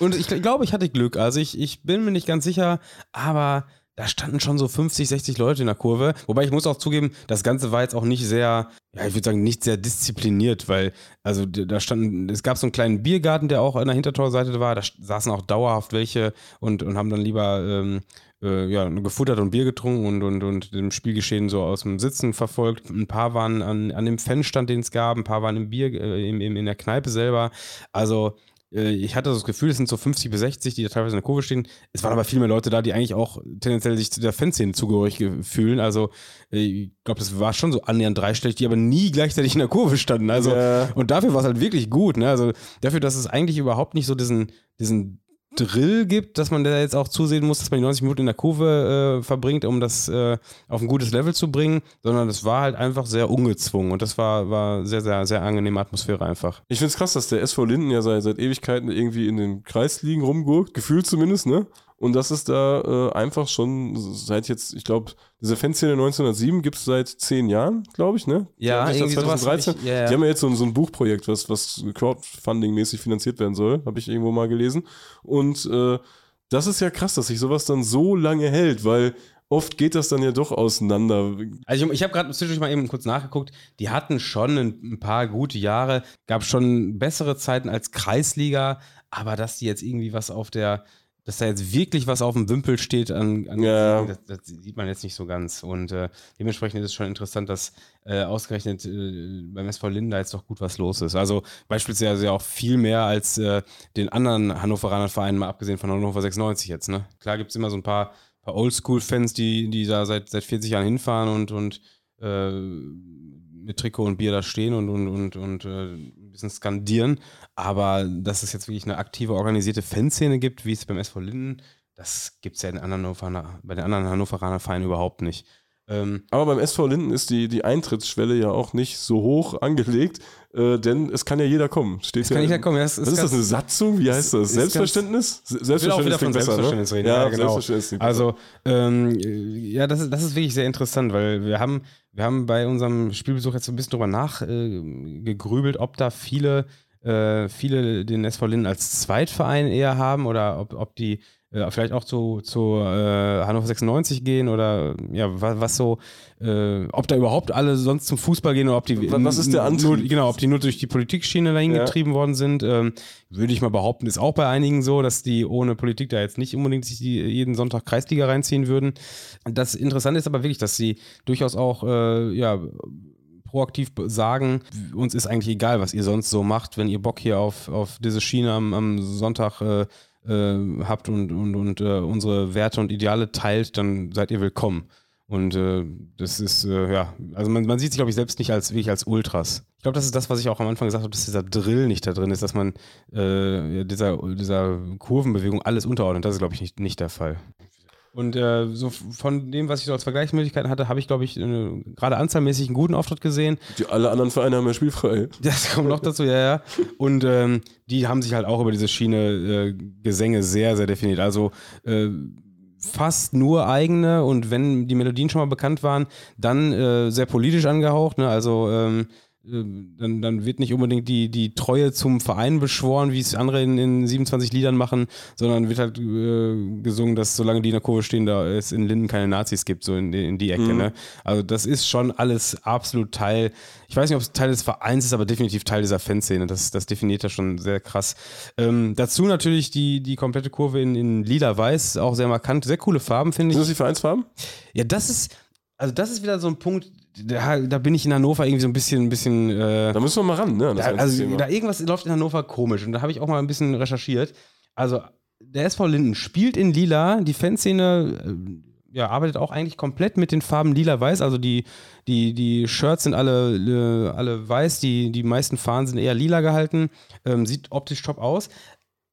A: und ich gl- glaube, ich hatte Glück. Also ich, ich bin mir nicht ganz sicher, aber da standen schon so 50, 60 Leute in der Kurve. Wobei ich muss auch zugeben, das Ganze war jetzt auch nicht sehr, ja, ich würde sagen, nicht sehr diszipliniert, weil, also d- da standen, es gab so einen kleinen Biergarten, der auch an der Hintertorseite war, da sch- saßen auch dauerhaft welche und, und haben dann lieber ähm, äh, ja, gefuttert und Bier getrunken und, und, und dem Spielgeschehen so aus dem Sitzen verfolgt. Ein paar waren an, an dem Fanstand, den es gab, ein paar waren im Bier, äh, im, im, in der Kneipe selber. Also äh, ich hatte so das Gefühl, es sind so 50 bis 60, die da teilweise in der Kurve stehen. Es waren aber viel mehr Leute da, die eigentlich auch tendenziell sich zu der Fanszene zugehörig ge- fühlen. Also äh, ich glaube, das war schon so annähernd dreistellig, die aber nie gleichzeitig in der Kurve standen. Also
B: Ja.
A: und dafür war es halt wirklich gut. Ne? Also dafür, dass es eigentlich überhaupt nicht so diesen, diesen Drill gibt, dass man da jetzt auch zusehen muss, dass man die 90 Minuten in der Kurve äh, verbringt, um das äh, auf ein gutes Level zu bringen, sondern das war halt einfach sehr ungezwungen und das war, war sehr, sehr, sehr angenehme Atmosphäre einfach.
B: Ich find's krass, dass der SV Linden ja seit, seit Ewigkeiten irgendwie in den Kreisligen rumgurkt, gefühlt zumindest, ne? Und das ist da äh, einfach schon seit jetzt, ich glaube, diese Fanszene 1907 gibt's seit zehn Jahren, glaube ich, ne?
A: Ja,
B: Die haben sich
A: irgendwie
B: dann
A: sowas.
B: 2013.
A: Ich- ja, ja.
B: Die haben ja jetzt so, ein- so ein Buchprojekt, was, was Crowdfunding-mäßig finanziert werden soll, habe ich irgendwo mal gelesen. Und äh, das ist ja krass, dass sich sowas dann so lange hält, weil oft geht das dann ja doch auseinander.
A: Also ich, ich habe gerade zwischendurch mal eben kurz nachgeguckt. Die hatten schon ein, ein paar gute Jahre, gab schon bessere Zeiten als Kreisliga, aber dass die jetzt irgendwie was auf der, dass da jetzt wirklich was auf dem Wimpel steht, an, an
B: Ja.
A: das, das sieht man jetzt nicht so ganz. Und äh, dementsprechend ist es schon interessant, dass äh, ausgerechnet äh, beim SV Linda jetzt doch gut was los ist. Also beispielsweise ja auch viel mehr als äh, den anderen Hannoveraner Vereinen, mal abgesehen von Hannover 96 jetzt. Ne? Klar gibt es immer so ein paar, paar Oldschool-Fans, die, die da seit, seit 40 Jahren hinfahren und, und äh, mit Trikot und Bier da stehen und, und, und, und äh, ein bisschen skandieren. Aber dass es jetzt wirklich eine aktive, organisierte Fanszene gibt, wie es beim SV Linden, das gibt es ja in anderen Hannoveraner, bei den anderen Hannoveraner Vereinen überhaupt nicht. Ähm,
B: Aber beim SV Linden ist die, die Eintrittsschwelle ja auch nicht so hoch angelegt, äh, denn es kann ja jeder kommen. Steht
A: das
B: ja
A: kann ich
B: im-
A: ja kommen. Das,
B: Was ist das, eine Satzung? Wie heißt
A: ist
B: das?
A: ganz-
B: Selbstverständnis? Se-
A: Ich will auch wieder von
B: klingt besser, ne?
A: Selbstverständnis reden.
B: Ja,
A: Ja, genau.
B: Selbstverständnis klingt besser.
A: Also, ähm, ja, das ist, das ist wirklich sehr interessant, weil wir haben, wir haben bei unserem Spielbesuch jetzt so ein bisschen drüber nachgegrübelt, äh, gegrübelt, ob da viele, äh, viele den SV Linden als Zweitverein eher haben oder ob, ob die äh, vielleicht auch zu, zu äh, Hannover 96 gehen oder ja, was, was so, äh, ob da überhaupt alle sonst zum Fußball gehen oder ob die.
B: Wa- was ist der Antrieb?
A: Nur, genau, ob die nur durch die Politikschiene dahin
B: Ja.
A: getrieben worden sind. Ähm, würde ich mal behaupten, ist auch bei einigen so, dass die ohne Politik da jetzt nicht unbedingt sich die jeden Sonntag Kreisliga reinziehen würden. Das Interessante ist aber wirklich, dass sie durchaus auch äh, ja, proaktiv sagen, uns ist eigentlich egal, was ihr sonst so macht, wenn ihr Bock hier auf, auf diese Schiene am, am Sonntag äh, äh, habt und, und, und äh, unsere Werte und Ideale teilt, dann seid ihr willkommen. Und äh, das ist, äh, ja, also man, man sieht sich, glaube ich, selbst nicht als wirklich als Ultras. Ich glaube, das ist das, was ich auch am Anfang gesagt habe, dass dieser Drill nicht da drin ist, dass man äh, ja, dieser, dieser Kurvenbewegung alles unterordnet. Das ist, glaube ich, nicht, nicht der Fall. Und äh, so f- von dem, was ich so als Vergleichsmöglichkeiten hatte, habe ich, glaube ich, äh, gerade anzahlmäßig einen guten Auftritt gesehen.
B: Die, alle anderen Vereine haben ja spielfrei.
A: (laughs) Das kommt noch dazu, ja, ja. Und ähm, die haben sich halt auch über diese Schiene äh, Gesänge sehr, sehr definiert. Also äh, fast nur eigene und wenn die Melodien schon mal bekannt waren, dann äh, sehr politisch angehaucht. Ne? Also ähm, äh, dann, dann wird nicht unbedingt die, die Treue zum Verein beschworen, wie es andere in, in 27 Liedern machen, sondern wird halt äh, gesungen, dass solange die in der Kurve stehen, da es in Linden keine Nazis gibt, so in, die- in die Ecke. Ne? Also das ist schon alles absolut Teil, ich weiß nicht, ob es Teil des Vereins ist, aber definitiv Teil dieser Fanszene. Das, das definiert er schon sehr krass. Ähm, dazu natürlich die, die komplette Kurve in, in lila-weiß, auch sehr markant. Sehr coole Farben, finde ich.
B: Sind das die Vereinsfarben?
A: Ja, das ist, also das ist wieder so ein Punkt, da, da bin ich in Hannover irgendwie so ein bisschen, ein bisschen. Äh,
B: Da müssen wir mal ran, ne? an das
A: da,
B: ganze
A: also
B: Thema.
A: da irgendwas läuft in Hannover komisch und da habe ich auch mal ein bisschen recherchiert. Also der SV Linden spielt in Lila, die Fanszene äh, ja, arbeitet auch eigentlich komplett mit den Farben Lila-Weiß, also die, die, die Shirts sind alle, äh, alle weiß, die, die meisten Fahnen sind eher lila gehalten, ähm, sieht optisch top aus.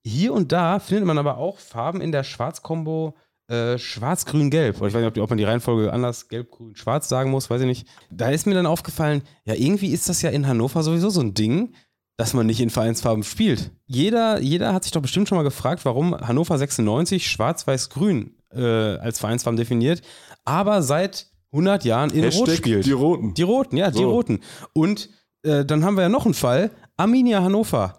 A: Hier und da findet man aber auch Farben in der Schwarz-Kombo äh, Schwarz-Grün-Gelb. Oder ich weiß nicht, ob, die- ob man die Reihenfolge anders Gelb-Grün-Schwarz sagen muss, weiß ich nicht. Da ist mir dann aufgefallen, ja, irgendwie ist das ja in Hannover sowieso so ein Ding, dass man nicht in Vereinsfarben spielt. Jeder, jeder hat sich doch bestimmt schon mal gefragt, warum Hannover 96 Schwarz-Weiß-Grün äh, als Vereinsfarben definiert, aber seit 100 Jahren in Rot
B: Hashtag
A: spielt.
B: die Roten.
A: Die Roten, ja, die
B: So.
A: Roten. Und äh, dann haben wir ja noch einen Fall: Arminia Hannover.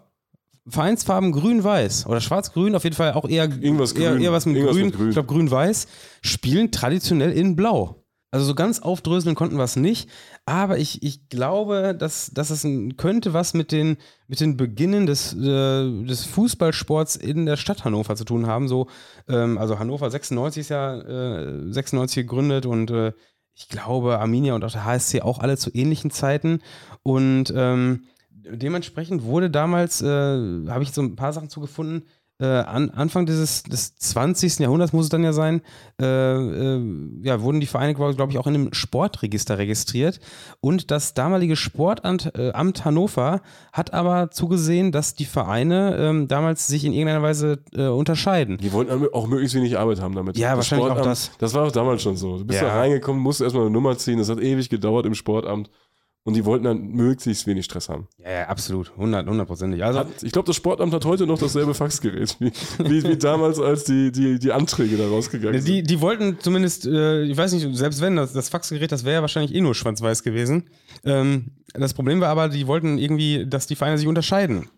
A: Vereinsfarben grün-weiß oder schwarz-grün, auf jeden Fall auch eher,
B: Irgendwas
A: eher,
B: grün.
A: eher was mit
B: Irgendwas
A: grün.
B: mit grün.
A: Ich glaube, grün-weiß spielen traditionell in blau. Also so ganz aufdröseln konnten wir es nicht, aber ich, ich glaube, dass, dass es ein, könnte was mit den, mit den Beginnen des, äh, des Fußballsports in der Stadt Hannover zu tun haben. So, ähm, also Hannover 96 ist ja äh, 96 gegründet und äh, ich glaube, Arminia und auch der HSC auch alle zu ähnlichen Zeiten. Und ähm, dementsprechend wurde damals, äh, habe ich so ein paar Sachen zugefunden, äh, an, Anfang dieses des 20. Jahrhunderts muss es dann ja sein, äh, äh, ja, wurden die Vereine, glaube ich, auch in einem Sportregister registriert. Und das damalige Sportamt äh, Amt Hannover hat aber zugesehen, dass die Vereine ähm, damals sich in irgendeiner Weise äh, unterscheiden.
B: Die wollten auch möglichst wenig Arbeit haben damit.
A: Ja, wahrscheinlich auch
B: Sportamt,
A: das.
B: Das war auch damals schon so. Du bist
A: Ja.
B: da reingekommen, musst erstmal eine Nummer ziehen. Das hat ewig gedauert im Sportamt. Und die wollten dann möglichst wenig Stress haben.
A: Ja, ja absolut, 100, hundertprozentig. Also,
B: Hat, ich glaube, das Sportamt hat heute noch dasselbe Faxgerät wie, wie, wie damals, als die, die, die Anträge da rausgegangen sind.
A: Ne, Die, die wollten zumindest, äh, ich weiß nicht, selbst wenn, das, das Faxgerät, das wäre ja wahrscheinlich eh nur schwanz-weiß gewesen. Ähm, das Problem war aber, die wollten irgendwie, dass die Vereine sich unterscheiden.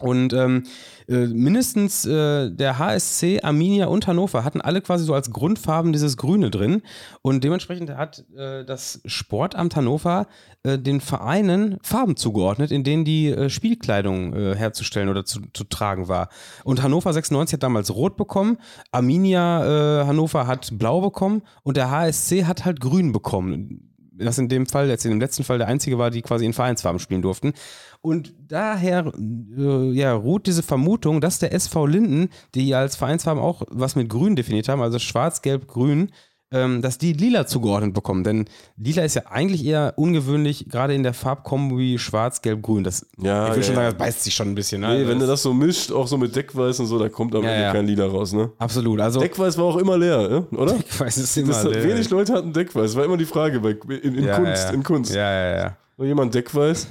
A: Und ähm, äh, mindestens äh, der HSC, Arminia und Hannover hatten alle quasi so als Grundfarben dieses Grüne drin. Und dementsprechend hat äh, das Sportamt Hannover äh, den Vereinen Farben zugeordnet, in denen die äh, Spielkleidung äh, herzustellen oder zu, zu tragen war. Und Hannover 96 hat damals rot bekommen, Arminia äh, Hannover hat blau bekommen und der HSC hat halt grün bekommen das in dem Fall, jetzt in dem letzten Fall der einzige war, die quasi in Vereinsfarben spielen durften. Und daher äh, ja, ruht diese Vermutung, dass der SV Linden, die ja als Vereinsfarben auch was mit Grün definiert haben, also Schwarz, Gelb, Grün, ähm, dass die Lila zugeordnet bekommen. Denn Lila ist ja eigentlich eher ungewöhnlich, gerade in der Farbkombo wie Schwarz, Gelb, Grün. Das,
B: Ja,
A: ich will
B: ja,
A: schon
B: ja.
A: sagen, das beißt sich schon ein bisschen. Ne?
B: Nee, wenn du
A: Das-
B: das so mischt, auch so mit Deckweiß und so, da kommt am
A: Ja,
B: Ende
A: ja.
B: kein Lila raus, ne?
A: Absolut. Also,
B: Deckweiß war auch immer leer, äh, oder?
A: (laughs) ich weiß es (laughs)
B: Das,
A: immer. ne?
B: wenig Leute hatten Deckweiß, war immer die Frage bei, in, in Kunst,
A: ja.
B: in Kunst.
A: Ja, ja, ja.
B: War jemand Deckweiß?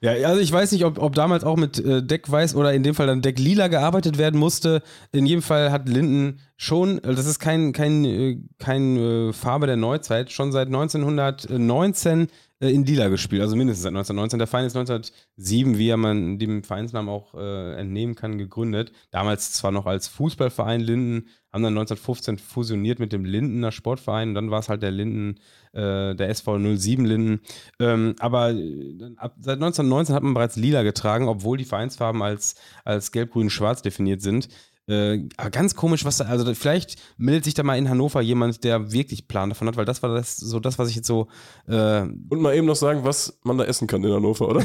A: Ja, also ich weiß nicht, ob, ob damals auch mit äh, Deckweiß oder in dem Fall dann Decklila gearbeitet werden musste. In jedem Fall hat Linden schon, äh, das ist kein, kein, äh, kein äh, Farbe der Neuzeit, schon seit 1919 äh, in Lila gespielt, also mindestens seit 1919. Der Verein ist 1907, wie ja man dem Vereinsnamen auch äh, entnehmen kann, gegründet. Damals zwar noch als Fußballverein Linden, haben dann 1915 fusioniert mit dem Lindener Sportverein und dann war es halt der Linden, äh, der SV 07 Linden. Ähm, aber äh, dann ab, seit 1919 hat man bereits lila getragen, obwohl die Vereinsfarben als, als gelb, grün, schwarz definiert sind. Äh, aber ganz komisch, was da, also da- vielleicht meldet sich da mal in Hannover jemand, der wirklich Plan davon hat, weil das war das so das, was ich jetzt so äh,
B: Und mal eben noch sagen, was man da essen kann in
A: (laughs)
B: Hannover, oder?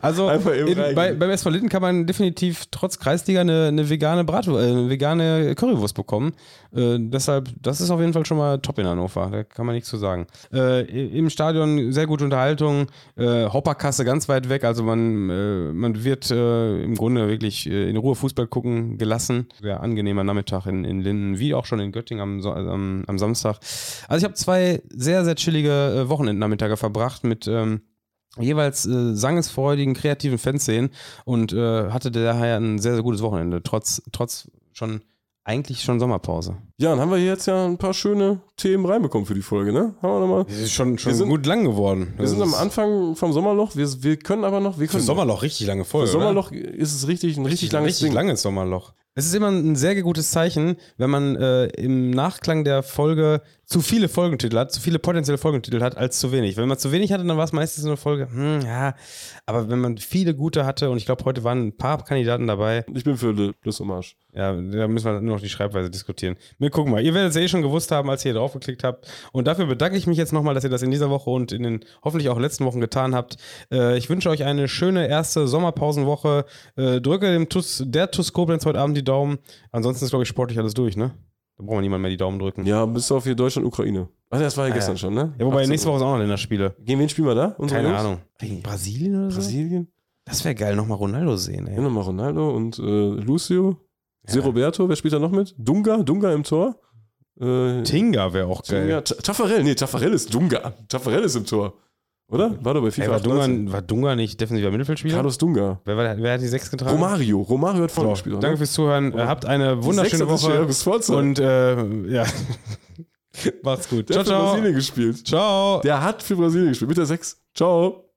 A: Also
B: Einfach eben
A: in,
B: rein.
A: bei, beim SV Linden kann man definitiv trotz Kreisliga eine, eine vegane Bratwurst, äh, eine vegane Currywurst bekommen. Äh, deshalb, das ist auf jeden Fall schon mal top in Hannover. Da kann man nichts zu sagen. Äh, i- Im Stadion sehr gute Unterhaltung, äh, Hopperkasse ganz weit weg. Also man, äh, man wird äh, im Grunde wirklich äh, in Ruhe Fußball gucken gelassen. Sehr angenehmer Nachmittag in, in Linden, wie auch schon in Göttingen am, So- am, am Samstag. Also ich habe zwei sehr, sehr chillige äh, Wochenendnachmittage verbracht mit ähm, jeweils äh, sangesfreudigen, kreativen Fanszenen und äh, hatte daher ein sehr, sehr gutes Wochenende, trotz, trotz schon eigentlich schon Sommerpause.
B: ja, dann haben wir hier jetzt ja ein paar schöne Themen reinbekommen für die Folge, ne? Haben wir nochmal.
A: Das ist schon, schon
B: Wir sind-
A: gut lang geworden.
B: Wir sind am Anfang vom Sommerloch, wir, wir können aber noch, wir können.
A: Sommerloch richtig lange Folge.
B: Für Sommerloch ist es richtig ein richtig, langes
A: Äh, richtig
B: Ding.
A: langes Sommerloch. Es ist immer ein sehr gutes Zeichen, wenn man äh, im Nachklang der Folge zu viele Folgentitel hat, zu viele potenzielle Folgentitel hat, als zu wenig. Wenn man zu wenig hatte, dann war es meistens eine Folge, hm, ja. Aber wenn man viele gute hatte, und ich glaube, heute waren ein paar Kandidaten dabei,
B: Ich bin für Le Plus Hommage.
A: Ja, da müssen wir nur noch die Schreibweise diskutieren. Wir gucken mal. Ihr werdet es ja eh schon gewusst haben, als ihr hier draufgeklickt habt. Und dafür bedanke ich mich jetzt nochmal, dass ihr das in dieser Woche und in den hoffentlich auch letzten Wochen getan habt. Äh, ich wünsche euch eine schöne erste Sommerpausenwoche. Äh, drücke dem Tuss, der TUS Koblenz heute Abend die Daumen. Ansonsten ist, glaube ich, sportlich alles durch, ne? Da braucht man niemand mehr die Daumen drücken.
B: Ja, bis auf hier Deutschland, Ukraine. Ach, das war ja
A: Hm. Ah,
B: gestern
A: ja.
B: schon, ne?
A: Ja, wobei,
B: Ach so.
A: nächste Woche sind auch noch Länderspiele.
B: Gegen wen spielen wir da? Unsere
A: Keine
B: Jungs?
A: Ahnung. Gegen Brasilien oder so?
B: Brasilien?
A: Das wäre geil, nochmal Ronaldo sehen,
B: Ja,
A: ey.
B: nochmal Ronaldo und äh, Lucio.
A: Ja.
B: Se Roberto, wer spielt da noch mit? Dunga, Dunga im Tor. Äh,
A: Tinga wäre auch geil.
B: Dunga, Ta- Taffarel, nee, Taffarel ist Dunga. Taffarel ist im Tor. Oder? War doch bei FIFA.
A: Ey, war,
B: 98.
A: Dunga, war Dunga nicht defensiver Mittelfeldspieler?
B: Carlos Dunga.
A: Wer, war, wer hat die sechs getragen?
B: Romario. Romario hat vorne
A: So,
B: gespielt. oder?
A: danke fürs Zuhören.
B: Ja.
A: Habt eine wunderschöne
B: Sechser ist schwer,
A: Woche.
B: bis Forza.
A: Und äh, ja, (laughs) macht's gut. Ciao,
B: Der hat für
A: ciao.
B: Brasilien gespielt.
A: Ciao.
B: Der hat für Brasilien gespielt. Mit der 6. Ciao.